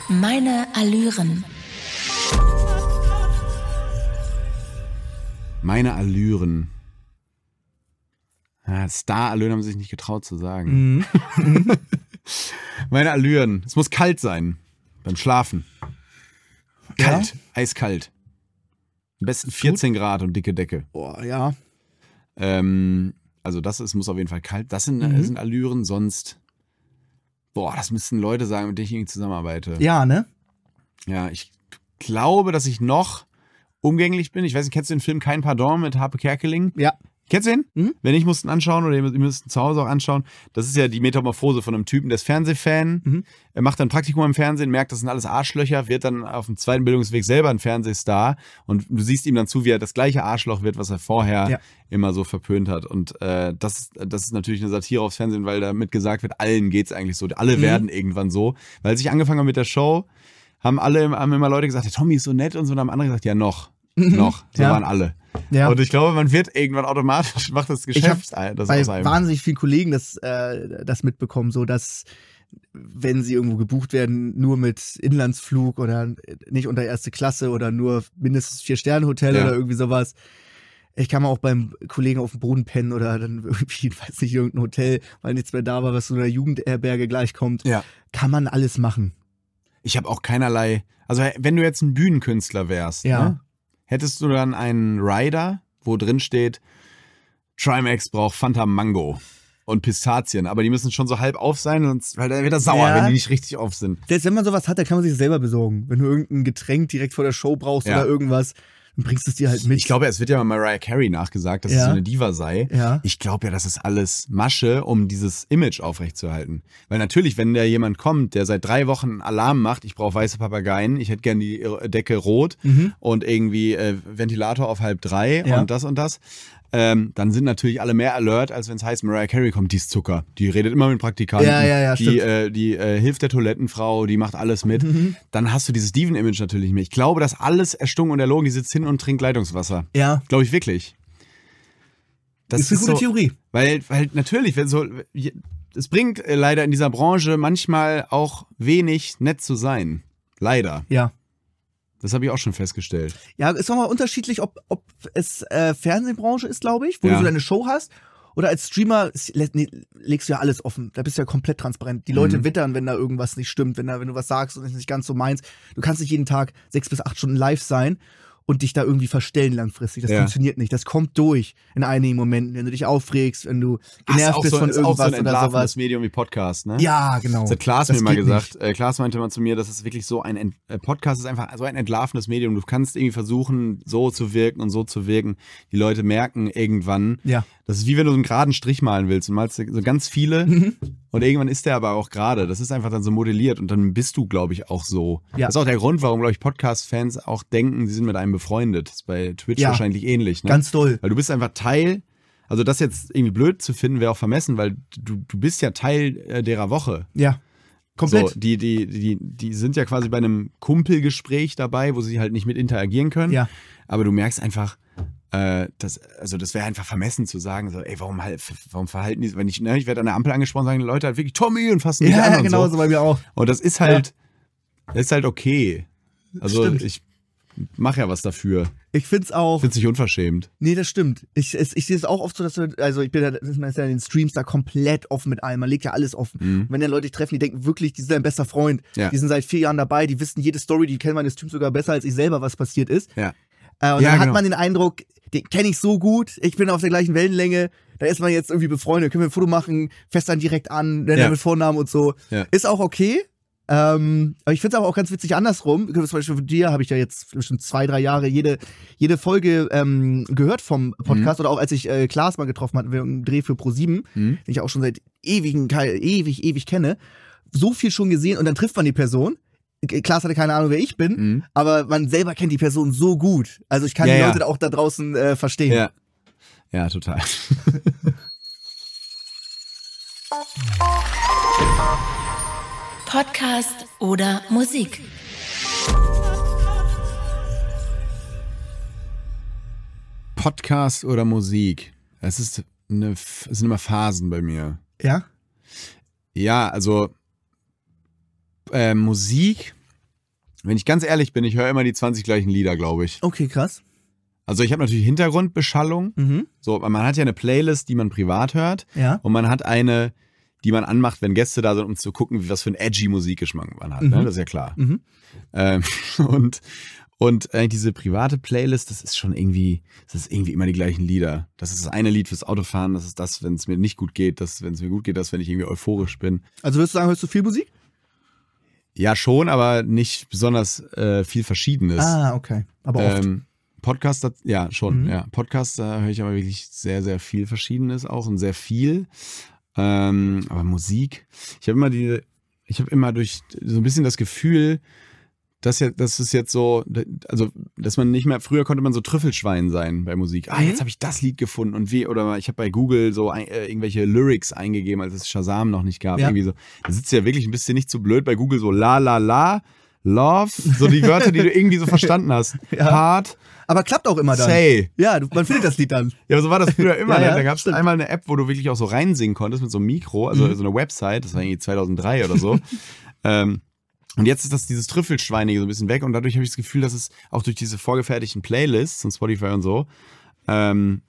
C: Meine Allüren.
D: Meine Allüren. Ah, Star-Allüren haben sie sich nicht getraut zu sagen.
E: Mhm.
D: Meine Allüren. Es muss kalt sein. Beim Schlafen.
E: Ja.
D: Kalt. Eiskalt. Am besten 14 Grad und dicke Decke.
E: Boah, ja.
D: Ähm, also das ist, muss auf jeden Fall kalt. Das sind,
E: Mhm.
D: sind Allüren, sonst. Boah, das müssten Leute sagen, mit denen ich irgendwie zusammenarbeite.
E: Ja, ne?
D: Ja, ich glaube, dass ich noch umgänglich bin. Ich weiß nicht, kennst du den Film Kein Pardon mit Harpe Kerkeling?
E: Ja.
D: Kennst du den?
E: Mhm.
D: Wenn ich mussten anschauen oder ihr müsst- ihr müsst ihn zu Hause auch anschauen, das ist ja die Metamorphose von einem Typen, der ist Fernsehfan,
E: Mhm.
D: er macht dann Praktikum im Fernsehen, merkt, das sind alles Arschlöcher, wird dann auf dem zweiten Bildungsweg selber ein Fernsehstar und du siehst ihm dann zu, wie er das gleiche Arschloch wird, was er vorher
E: Ja.
D: immer so verpönt hat. Und äh, das, das ist natürlich eine Satire aufs Fernsehen, weil damit gesagt wird, allen geht's eigentlich so, alle
E: Mhm.
D: werden irgendwann so. Weil als ich angefangen habe mit der Show, haben alle haben immer Leute gesagt, der Tommy ist so nett und so, und haben andere gesagt, ja noch, noch. So
E: Ja.
D: waren alle.
E: Ja.
D: Und ich glaube, man wird irgendwann automatisch, macht das Geschäft ein- das
E: Bei
D: aus einem.
E: wahnsinnig vielen Kollegen das, äh, das mitbekommen, so dass wenn sie irgendwo gebucht werden, nur mit Inlandsflug oder nicht unter erste Klasse oder nur mindestens Vier-Sterne-Hotel
D: Ja.
E: oder irgendwie sowas. Ich kann mal auch beim Kollegen auf dem Boden pennen oder dann irgendwie, weiß nicht, irgendein Hotel, weil nichts mehr da war, was so einer Jugendherberge gleichkommt.
D: Ja.
E: Kann man alles machen.
D: Ich habe auch keinerlei, also wenn du jetzt ein Bühnenkünstler wärst,
E: Ja.
D: ne, hättest du dann einen Rider, wo drin steht, Trimax braucht Fanta Mango und Pistazien, aber die müssen schon so halb auf sein, sonst, weil dann wird er sauer,
E: Ja.
D: wenn die nicht richtig auf sind.
E: Selbst wenn man sowas hat, dann kann man sich das selber besorgen. Wenn du irgendein Getränk direkt vor der Show brauchst
D: Ja.
E: oder irgendwas, und bringst es dir halt mit.
D: Ich glaube, es wird ja mal Mariah Carey nachgesagt, dass
E: Ja.
D: sie so eine Diva sei.
E: Ja.
D: Ich glaube ja, das ist alles Masche, um dieses Image aufrechtzuerhalten. Weil natürlich, wenn da jemand kommt, der seit drei Wochen einen Alarm macht, ich brauche weiße Papageien, ich hätte gerne die äh, Decke rot und irgendwie äh, Ventilator auf halb drei
E: Mhm. Ja.
D: und das und das, ähm, dann sind natürlich alle mehr alert, als wenn es heißt, Mariah Carey kommt, die ist Zucker. Die redet immer mit Praktikanten,
E: Ja, ja, ja,
D: die,
E: stimmt. Mhm.
D: äh, die äh, hilft der Toilettenfrau, die macht alles mit. Dann hast du dieses Diven-Image natürlich mehr. Ich glaube, das alles erstungen und erlogen, die sitzt hin und trinkt Leitungswasser.
E: ja.
D: Glaube ich wirklich. Das
E: ist eine gute
D: so,
E: Theorie.
D: Weil, weil natürlich, wenn so, je- es bringt äh, leider in dieser Branche manchmal auch wenig nett zu sein. Leider.
E: Ja.
D: Das habe ich auch schon festgestellt.
E: Ja, ist auch mal unterschiedlich, ob, ob es äh, Fernsehbranche ist, glaube ich, wo
D: Ja.
E: du so deine Show hast. Oder als Streamer ist- le- nee, legst du ja alles offen. Da bist du ja komplett transparent. Die
D: Mhm.
E: Leute wittern, wenn da irgendwas nicht stimmt, wenn, da, wenn du was sagst und es nicht ganz so meinst. Du kannst nicht jeden Tag sechs bis acht Stunden live sein und dich da irgendwie verstellen langfristig. Das
D: Ja.
E: funktioniert nicht. Das kommt durch in einigen Momenten, wenn du dich aufregst, wenn du genervt
D: auch
E: bist
D: so,
E: von
D: ist auch so
E: irgendwas
D: ein
E: oder
D: entlarvendes
E: sowas.
D: Medium wie Podcast, ne?
E: Ja, genau.
D: Das hat Klaas mir
E: Das
D: mal
E: geht
D: gesagt. Äh, Klaas meinte mal zu mir, das ist wirklich so ein Ent äh, Podcast ist einfach so ein entlarvendes Medium. Du kannst irgendwie versuchen, so zu wirken und so zu wirken. Die Leute merken irgendwann.
E: Ja.
D: Das ist wie wenn du so einen geraden Strich malen willst. Du malst so ganz viele
E: Mhm.
D: und irgendwann ist der aber auch gerade. Das ist einfach dann so modelliert und dann bist du, glaube ich, auch so.
E: Ja.
D: Das ist auch der Grund, warum, glaube ich, Podcast-Fans auch denken, sie sind mit einem befreundet. Das ist bei Twitch
E: Ja.
D: wahrscheinlich ähnlich. Ne?
E: Ganz doll.
D: Weil du bist einfach Teil, also das jetzt irgendwie blöd zu finden, wäre auch vermessen, weil du, du bist ja Teil äh, derer Woche.
E: Ja. Komplett.
D: So, die, die, die, die sind ja quasi bei einem Kumpelgespräch dabei, wo sie halt nicht mit interagieren können.
E: Ja.
D: Aber du merkst einfach, äh, das, also das wäre einfach vermessen zu sagen, so, ey, warum, halt, warum verhalten die, wenn ich, ne, ich werde an der Ampel angesprochen, sagen die Leute halt wirklich Tommy und fassen mich an
E: ja,
D: und
E: genau
D: so.
E: so bei mir auch.
D: Und das ist halt, das ist halt okay. Also
E: Stimmt.
D: ich mache ja was dafür.
E: Ich find's auch.
D: Find's nicht unverschämt.
E: Nee, das stimmt. Ich, es, ich sehe es auch oft so, dass du, also ich bin ja, das ist ja in den Streams da komplett offen mit allem. Man legt ja alles offen. Und wenn dann Leute dich treffen, die denken wirklich, die sind dein bester Freund.
D: Mhm. Ja.
E: Die sind seit vier Jahren dabei, die wissen jede Story, die kennen meine Streams sogar besser als ich selber, was passiert ist.
D: Ja.
E: Äh, und
D: Ja,
E: dann hat
D: genau.
E: man den Eindruck, den kenne ich so gut, ich bin auf der gleichen Wellenlänge, da ist man jetzt irgendwie befreundet, können wir ein Foto machen, fest dann direkt an, nennt
D: Ja.
E: er mit Vornamen und so.
D: Ja.
E: Ist auch okay. Ähm, aber ich finde es aber auch ganz witzig andersrum. Zum Beispiel von dir habe ich ja jetzt schon zwei, drei Jahre jede, jede Folge ähm, gehört vom
D: Mhm.
E: Podcast oder auch als ich äh, Klaas mal getroffen hatte, wir einen Dreh für Pro7,
D: Hm?
E: den ich auch schon seit ewigen, Teil- ewig, ewig kenne. So viel schon gesehen und dann trifft man die Person. Klaas hatte keine Ahnung, wer ich bin,
D: Mhm.
E: aber man selber kennt die Person so gut. Also ich kann
D: Ja,
E: die
D: ja.
E: Leute auch da draußen äh, verstehen.
D: Ja. Ja, total.
C: Podcast oder Musik.
D: Podcast oder Musik? Es ist eine, es sind immer Phasen bei mir.
E: Ja?
D: Ja, also äh, Musik, wenn ich ganz ehrlich bin, ich höre immer die 20 gleichen Lieder, glaube ich.
E: Okay, krass.
D: Also ich habe natürlich Hintergrundbeschallung.
E: Mhm.
D: So, man hat ja eine Playlist, die man privat hört
E: Ja.
D: und man hat eine, die man anmacht, wenn Gäste da sind, um zu gucken, was für ein edgy Musikgeschmack man hat. Ne? Das ist ja klar.
E: Mhm.
D: Ähm, und und eigentlich diese private Playlist, das ist schon irgendwie, das ist irgendwie immer die gleichen Lieder. Das ist das eine Lied fürs Autofahren, das ist das, wenn es mir nicht gut geht, das, wenn es mir gut geht, das, wenn ich irgendwie euphorisch bin.
E: Also würdest du sagen, hörst du viel Musik?
D: Ja, schon, aber nicht besonders äh, viel Verschiedenes.
E: ah, okay. Aber oft.
D: Ähm, Podcast, das- ja, schon,
E: Mhm.
D: ja. Podcast, da höre ich aber wirklich sehr, sehr viel Verschiedenes auch und sehr viel. Ähm, aber Musik, ich habe immer die, ich habe immer durch so ein bisschen das Gefühl, dass ja, das ist jetzt so, also, dass man nicht mehr, früher konnte man so Trüffelschwein sein bei Musik. Ah,
E: Mhm.
D: jetzt habe ich das Lied gefunden und wie, oder ich habe bei Google so ein, äh, irgendwelche Lyrics eingegeben, als es Shazam noch nicht gab.
E: Ja.
D: Irgendwie so. Da sitzt du ja wirklich ein bisschen nicht zu blöd bei Google so la la la. Love, so die Wörter, die du irgendwie so verstanden hast.
E: Ja.
D: Hard,
E: Aber klappt auch immer dann.
D: say.
E: Ja, du, man findet das Lied dann.
D: Ja, aber so war das früher immer.
E: Ja,
D: ne?
E: ja,
D: da gab es
E: stimmt. Mhm.
D: einmal eine App, wo du wirklich auch so reinsingen konntest mit so einem Mikro, also so eine Website, das war irgendwie 2003 oder so. ähm, und jetzt ist das dieses Trüffelschweinige so ein bisschen weg und dadurch habe ich das Gefühl, dass es auch durch diese vorgefertigten Playlists und Spotify und so, ähm,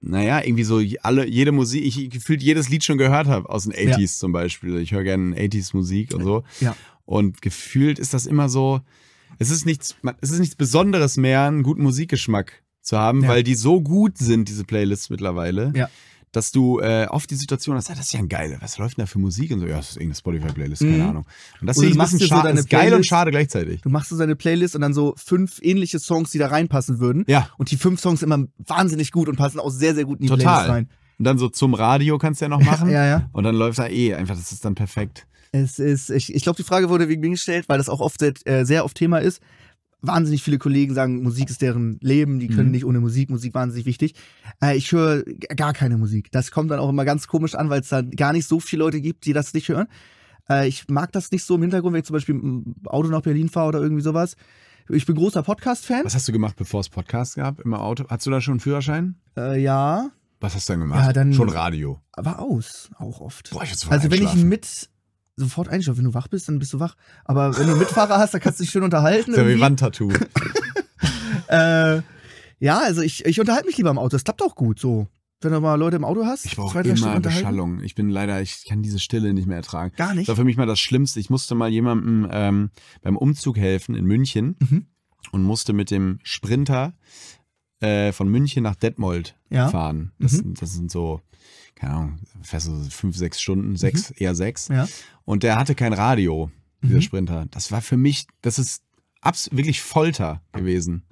D: naja, irgendwie so je- alle, jede Musik, ich gefühlt jedes Lied schon gehört habe aus den 80s zum Beispiel. Ich höre gerne 80s Musik und so.
E: Ja.
D: Und gefühlt ist das immer so, es ist nichts, man- es ist nichts Besonderes mehr, einen guten Musikgeschmack zu haben,
E: Ja.
D: weil die so gut sind, diese Playlists mittlerweile,
E: Ja.
D: dass du äh, oft die Situation hast, ah, das ist ja ein geil, was läuft denn da für Musik und so, ja, das ist irgendeine Spotify-Playlist, keine Ahnung. Und das
E: Mhm. Oder
D: ist
E: du
D: ein
E: machst
D: bisschen
E: dir so
D: schade,
E: deine
D: ist geil und
E: Playlist-
D: schade gleichzeitig.
E: Du machst so seine Playlist und dann so fünf ähnliche Songs, die da reinpassen würden.
D: Ja.
E: Und die fünf Songs sind immer wahnsinnig gut und passen auch sehr, sehr gut in die
D: Total.
E: Playlist rein.
D: Und dann so zum Radio kannst du ja noch machen.
E: Ja, ja.
D: Und dann läuft da eh einfach, das ist dann perfekt.
E: Es ist, ich, ich glaube, die Frage wurde wegen mir gestellt, weil das auch oft sehr, äh, sehr oft Thema ist. Wahnsinnig viele Kollegen sagen, Musik ist deren Leben, die können
D: Mhm.
E: nicht ohne Musik, Musik wahnsinnig wichtig. Äh, ich höre g- gar keine Musik. Das kommt dann auch immer ganz komisch an, weil es dann gar nicht so viele Leute gibt, die das nicht hören. Äh, ich mag das nicht so im Hintergrund, wenn ich zum Beispiel im Auto nach Berlin fahre oder irgendwie sowas. Ich bin großer Podcast-Fan.
D: Was hast du gemacht, bevor es Podcast gab im Auto? Hast du da schon einen Führerschein?
E: Äh, ja,
D: Was hast du dann gemacht?
E: Ja, dann-
D: schon Radio.
E: aber aus, auch oft.
D: Boah, ich würd's voll
E: also wenn ich
D: einschlafen.
E: mit sofort einschlafe, wenn du wach bist, dann bist du wach. Aber wenn du einen Mitfahrer hast, dann kannst du dich schön unterhalten.
D: Das ist ja wie
E: irgendwie.
D: Wandtattoo.
E: Äh, ja, also ich, ich unterhalte mich lieber im Auto. Das klappt auch gut so. Wenn du mal Leute im Auto hast,
D: Ich brauche
E: zwei, drei Stunden
D: immer
E: unterhalten.
D: Beschallung. Ich bin leider, ich kann diese Stille nicht mehr ertragen.
E: Gar
D: Das
E: nicht.
D: war für mich mal das Schlimmste. Ich musste mal jemandem ähm, beim Umzug helfen in München
E: Mhm.
D: und musste mit dem Sprinter äh, von München nach Detmold
E: Ja. Mhm.
D: fahren. Das, sind- das sind so, keine Ahnung, fährst du so fünf, sechs Stunden, sechs, eher sechs.
E: Mhm. Ja.
D: Und der hatte kein Radio, dieser
E: Mhm.
D: Sprinter. Das war für mich, das ist abs wirklich Folter gewesen.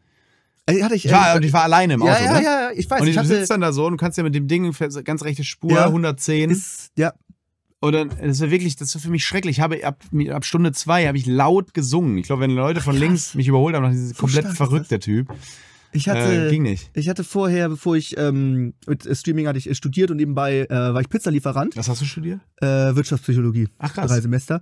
E: Äh, hatte ich,
D: Ich war,
E: äh,
D: und ich war alleine im Auto.
E: ja, ja,
D: ne?
E: ja, ja, ich weiß.
D: Und
E: Ich
D: du
E: hatte,
D: sitzt dann da so und du kannst ja mit dem Ding ganz rechte Spur,
E: Ja. Mhm.
D: 110.
E: ist, ja,
D: Oder das war wirklich, das war für mich schrecklich. Ich habe ab, ab Stunde zwei habe ich laut gesungen. Ich glaube, wenn Leute von links mich überholt haben, dachte ich, komplett
E: stark ist
D: verrückt, der Typ.
E: ich
D: Äh,
E: hatte,
D: ging nicht.
E: ich hatte vorher, bevor ich ähm, mit äh, Streaming hatte ich äh, studiert und nebenbei äh, war ich Pizzalieferant,
D: Was hast du studiert?
E: äh, Wirtschaftspsychologie.
D: Ach
E: drei
D: krass.
E: Semester.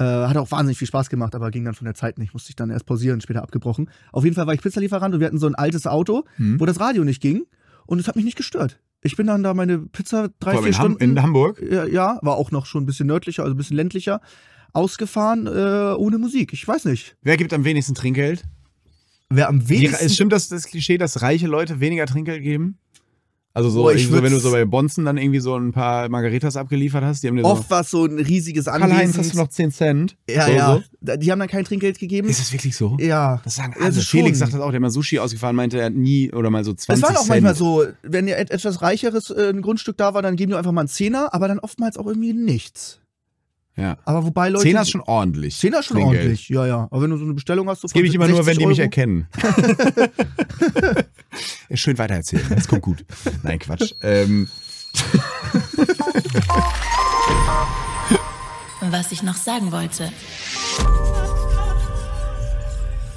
E: Äh, hat auch wahnsinnig viel Spaß gemacht, aber ging dann von der Zeit nicht. Musste ich dann erst pausieren, später abgebrochen. Auf jeden Fall war ich Pizzalieferant und wir hatten so ein altes Auto,
D: Hm.
E: wo das Radio nicht ging und es hat mich nicht gestört. Ich bin dann da meine Pizza drei,
D: Vor allem
E: vier
D: in, Ham
E: Stunden.
D: in Hamburg.
E: ja, ja, war auch noch schon ein bisschen nördlicher, also ein bisschen ländlicher, ausgefahren äh, ohne Musik. Ich weiß nicht.
D: Wer gibt am wenigsten Trinkgeld?
E: Wer am
D: Die,
E: wenigsten.
D: es stimmt das, das Klischee, dass reiche Leute weniger Trinkgeld geben? Also so,
E: Boah, ich
D: irgendwie so wenn du
E: würd's-
D: so bei Bonzen dann irgendwie so ein paar Margaritas abgeliefert hast, die haben dir
E: Oft war es so ein riesiges
D: so, Karl-Heinz, hast du
E: Anwesen.
D: noch 10 Cent?
E: Ja,
D: so,
E: ja.
D: So.
E: Da- Die haben dann kein Trinkgeld gegeben.
D: Ist das wirklich so?
E: ja.
D: Das sagen alle.
E: Also
D: Felix
E: schon.
D: sagt das auch, der mal Sushi ausgefahren meinte, er hat nie oder mal so 20
E: Es waren auch
D: Cent.
E: manchmal so, wenn ja et- etwas reicheres äh, ein Grundstück da war, dann geben die einfach mal einen Zehner, aber dann oftmals auch irgendwie nichts.
D: Ja.
E: Aber wobei Leute.
D: Zehner ist schon ordentlich.
E: Zehner ist schon
D: Trinkgeld.
E: ordentlich, ja, ja. Aber wenn du so eine Bestellung hast, so
D: Das gebe ich immer nur, wenn die mich
E: erkennen.
D: erkennen. Schön weitererzählen, das kommt gut. Nein, Quatsch. Ähm,
C: Was ich noch sagen wollte.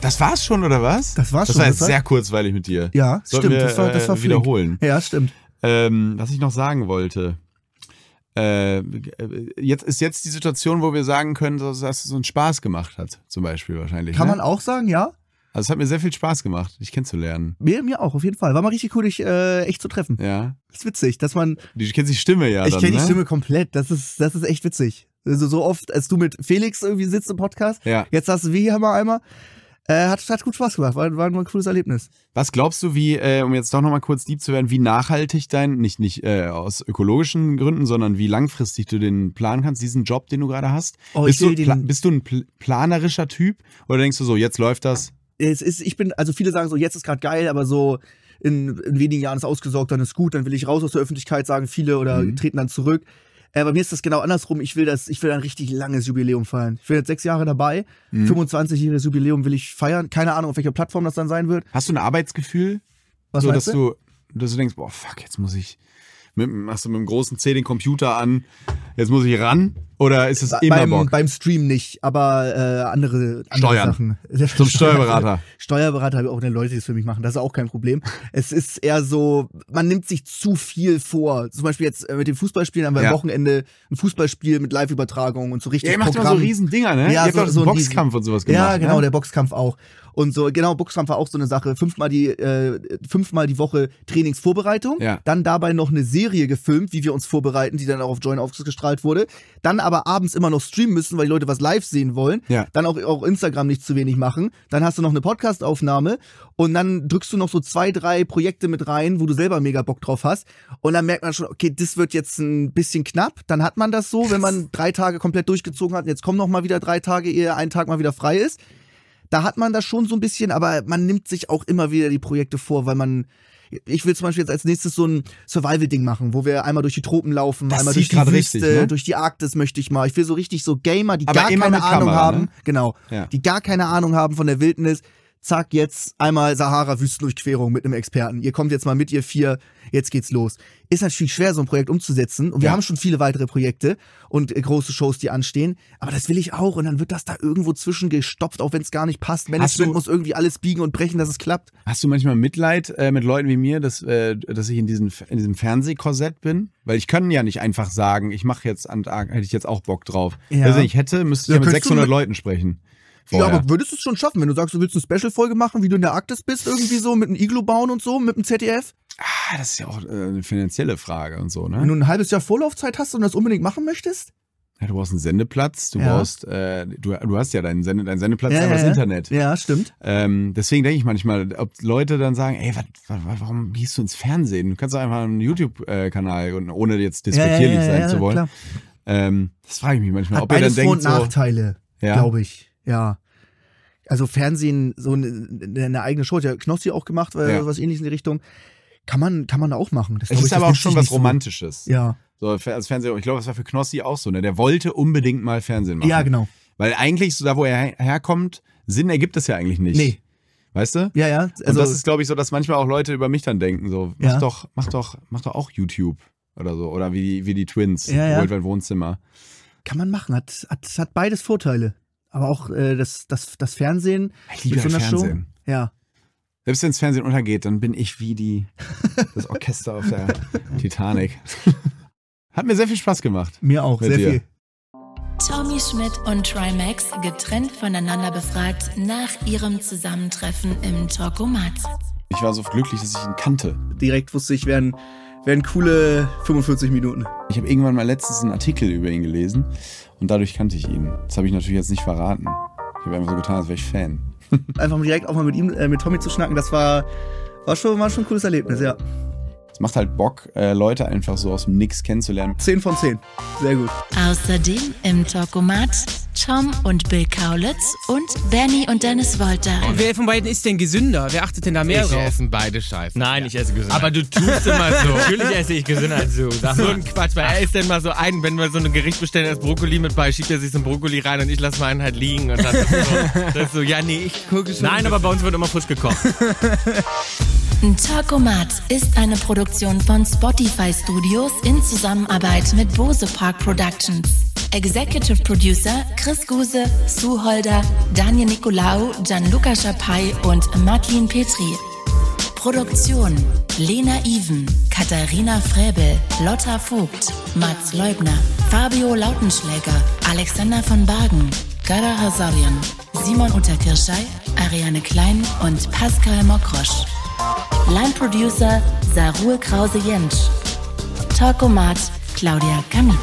D: das war's schon, oder was?
E: Das war's
D: das
E: schon,
D: war jetzt
E: das war-
D: sehr kurzweilig mit dir.
E: Ja,
D: Sollten
E: stimmt,
D: wir,
E: das war, das war
D: äh,
E: flink.
D: wiederholen.
E: Ja, stimmt.
D: Ähm, was ich noch sagen wollte. Äh, jetzt ist jetzt die Situation, wo wir sagen können, dass dass es uns Spaß gemacht hat, zum Beispiel wahrscheinlich.
E: Kann
D: ne?
E: man auch sagen, ja.
D: Also es hat mir sehr viel Spaß gemacht, dich kennenzulernen.
E: Mir, mir auch, auf jeden Fall. War mal richtig cool, dich äh, echt zu treffen.
D: Ja.
E: Ist witzig, dass man.
D: Du kennst die Stimme ja.
E: ich
D: dann,
E: kenne die
D: ne?
E: Stimme komplett. Das ist, das ist echt witzig. Also so oft, als du mit Felix irgendwie sitzt im Podcast,
D: Ja.
E: jetzt saßen wir hier mal einmal. Äh, hat, hat gut Spaß gemacht, war, war ein cooles Erlebnis.
D: Was glaubst du, wie, äh, um jetzt doch nochmal kurz deep zu werden, wie nachhaltig dein, nicht, nicht äh, aus ökologischen Gründen, sondern wie langfristig du den planen kannst, diesen Job, den du gerade hast?
E: Oh,
D: bist,
E: ich will
D: du, pla-
E: den-
D: bist du ein pl planerischer Typ oder denkst du so, jetzt läuft das?
E: es ist, ich bin, also viele sagen so, jetzt ist gerade geil, aber so in, in wenigen Jahren ist ausgesorgt, dann ist gut, dann will ich raus aus der Öffentlichkeit, sagen viele oder
D: Mhm.
E: treten dann zurück. Äh, bei mir ist das genau andersrum. Ich will das, ich will ein richtig langes Jubiläum feiern. Ich bin jetzt sechs Jahre dabei, 25-jähriges Jubiläum will ich feiern. Keine Ahnung, auf welcher Plattform das dann sein wird.
D: Hast du ein Arbeitsgefühl?
E: Was
D: so, dass
E: meinst du?
D: du? dass du denkst, boah, fuck, jetzt muss ich, mit, machst du mit dem großen C den Computer an, jetzt muss ich ran? Oder ist es
E: Be-
D: immer
E: beim,
D: Bock?
E: beim Stream nicht, aber äh, andere, andere
D: Steuern.
E: Sachen.
D: Zum Steuerberater.
E: Steuerberater habe ich auch eine Leute, die es für mich machen. Das ist auch kein Problem. Es ist eher so, man nimmt sich zu viel vor. Zum Beispiel jetzt äh, mit dem Fußballspielen haben wir
D: Ja.
E: am Wochenende ein Fußballspiel mit Live-Übertragung und so richtig
D: Ja, ihr macht immer so
E: Programm.
D: riesen Dinger, ne?
E: Ja,
D: ihr habt
E: so-
D: doch
E: so
D: einen
E: ein
D: Boxkampf und sowas gemacht.
E: ja, genau,
D: ne?
E: der Boxkampf auch. Und so, genau, Boxkampf war auch so eine Sache. Fünfmal die, äh, fünfmal die Woche Trainingsvorbereitung,
D: Ja.
E: dann dabei noch eine Serie gefilmt, wie wir uns vorbereiten, die dann auch auf Join ausgestrahlt wurde. Dann aber abends immer noch streamen müssen, weil die Leute was live sehen wollen.
D: Ja.
E: Dann auch, auch Instagram nicht zu wenig machen. Dann hast du noch eine Podcast-Aufnahme und dann drückst du noch so zwei, drei Projekte mit rein, wo du selber mega Bock drauf hast. Und dann merkt man schon, okay, das wird jetzt ein bisschen knapp. Dann hat man das so, wenn man drei Tage komplett durchgezogen hat. und Jetzt kommen noch mal wieder drei Tage, ehe ein Tag mal wieder frei ist da hat man das schon so ein bisschen, aber man nimmt sich auch immer wieder die Projekte vor, weil man ich will zum Beispiel jetzt als nächstes so ein Survival-Ding machen, wo wir einmal durch die Tropen laufen,
D: Das
E: einmal durch
D: zieht
E: die
D: grad
E: Wüste,
D: richtig, ne?
E: durch die Arktis möchte ich mal. Ich will so richtig so Gamer, die
D: Aber
E: gar
D: immer
E: keine
D: mit
E: Ahnung
D: Kamera,
E: haben,
D: ne?
E: genau,
D: Ja.
E: die gar keine Ahnung haben von der Wildnis. Zack, jetzt einmal Sahara-Wüstendurchquerung mit einem Experten. Ihr kommt jetzt mal mit, ihr vier, jetzt geht's los. Ist natürlich schwer, so ein Projekt umzusetzen. Und wir
D: Ja.
E: haben schon viele weitere Projekte und äh, große Shows, die anstehen. Aber das will ich auch. Und dann wird das da irgendwo zwischengestopft, auch wenn es gar nicht passt. Management
D: du-
E: muss irgendwie alles biegen und brechen, dass es klappt.
D: Hast du manchmal Mitleid äh, mit Leuten wie mir, dass, äh, dass ich in, diesen, in diesem Fernsehkorsett bin? Weil ich kann ja nicht einfach sagen, ich mache jetzt Antarktis, hätte ich jetzt auch Bock drauf.
E: Ja.
D: Also wenn ich hätte, müsste ich
E: Ja,
D: ja, mit
E: könntest du
D: 600
E: mit-
D: Leuten sprechen.
E: Ja,
D: vorher.
E: aber würdest du es schon schaffen, wenn du sagst, du willst eine Special-Folge machen, wie du in der Arktis bist, irgendwie so mit einem Iglo bauen und so, mit einem ZDF?
D: ah, das ist ja auch äh, eine finanzielle Frage und so,
E: Wenn
D: ne?
E: du ein halbes Jahr Vorlaufzeit hast und das unbedingt machen möchtest?
D: Ja, du brauchst einen Sendeplatz, du
E: Ja.
D: brauchst, äh, du, du hast ja deinen Sende, dein Sendeplatz
E: Ja,
D: ist
E: ja,
D: einfach das
E: ja.
D: Internet.
E: Ja, stimmt.
D: Ähm, deswegen denke ich manchmal, ob Leute dann sagen, ey, wat, wat, wat, warum gehst du ins Fernsehen? Du kannst doch einfach einen YouTube-Kanal, und ohne jetzt diskutierlich sein zu wollen.
E: klar.
D: Ähm, das frage ich mich manchmal,
E: Hat
D: ob ihr dann
E: beides Vor-
D: denkt,
E: und
D: so,
E: Nachteile,
D: Ja.
E: glaube ich. Ja. Also Fernsehen, so eine, eine eigene Show, hat ja Knossi auch gemacht, äh,
D: Ja.
E: was ähnliches in die Richtung. Kann man, kann man auch machen. Das,
D: es
E: glaub ich,
D: ist
E: das
D: aber auch
E: nimmt
D: schon
E: sich
D: was
E: nicht so.
D: Romantisches.
E: Ja.
D: So, Fer- als Fernsehen, ich glaube, das war für Knossi auch so, ne? Der wollte unbedingt mal Fernsehen machen.
E: ja, genau.
D: Weil eigentlich, so da wo er her- herkommt, Sinn ergibt es ja eigentlich nicht.
E: Nee.
D: Weißt du?
E: Ja, ja.
D: Also, und
E: Also,
D: das ist, glaube ich, so, dass manchmal auch Leute über mich dann denken, so, mach
E: Ja.
D: doch, mach doch, mach doch auch YouTube oder so. Oder wie, die- wie die Twins,
E: Ja, ja.
D: Worldwide Wohnzimmer.
E: kann man machen. Hat, hat, hat beides Vorteile. Aber auch äh, das, das, das Fernsehen.
D: Ich liebe
E: mit so einer
D: Fernsehen.
E: Show. Ja.
D: Selbst wenn das Fernsehen untergeht, dann bin ich wie die, das Orchester auf der Titanic. Hat mir sehr viel Spaß gemacht.
E: Mir auch,
D: Mit
E: sehr
D: dir.
E: viel.
C: Tommy Schmidt und Trimax getrennt voneinander befragt nach ihrem Zusammentreffen im Talkomat.
D: Ich war so glücklich, dass ich ihn kannte.
B: Direkt wusste ich, werden, werden coole 45 Minuten.
D: Ich habe irgendwann mal letztens einen Artikel über ihn gelesen und dadurch kannte ich ihn. Das habe ich natürlich jetzt nicht verraten. Ich habe einfach so getan, als wäre ich Fan.
E: Einfach mal direkt auch mal mit ihm, äh, mit Tommy zu schnacken, das war, war, schon, war schon ein cooles Erlebnis, ja.
D: Es macht halt Bock, äh, Leute einfach so aus dem Nix kennenzulernen.
E: 10 von 10. Sehr gut.
C: Außerdem im Talkomat Tom und Bill Kaulitz und Benny und Dennis Wolter.
F: Wer von beiden ist denn gesünder? Wer achtet denn da mehr
G: Ich äh,
F: drauf?
G: essen beide Scheiße.
H: Nein, ich esse gesünder.
G: Aber du tust immer so.
H: natürlich esse ich gesünder als du. Sag
G: So
H: mal.
G: ein Quatsch, weil er isst dann mal so ein, wenn wir so ein Gericht bestellen, da ist Brokkoli mit bei, schiebt er sich so ein Brokkoli rein und ich lasse meinen halt liegen. Und das ist so, das ist so ja, nee, ich gucke schon.
H: Nein, aber bei uns wird immer frisch gekocht.
C: Talkomat ist eine Produktion von Spotify Studios in Zusammenarbeit mit Bose Park Productions. Executive Producer Chris Guse, Sue Holder, Daniel Nicolaou, Gianluca Schapai und Madeline Petri. Produktion Lena Even, Katharina Fräbel, Lotta Vogt, Mats Leubner, Fabio Lautenschläger, Alexander von Bargen, Gara Hasarian, Simon Unterkirschei, Ariane Klein und Pascal Mokrosch. Line Producer Sarul Krause-Jentsch. Talkomat Claudia Kamit.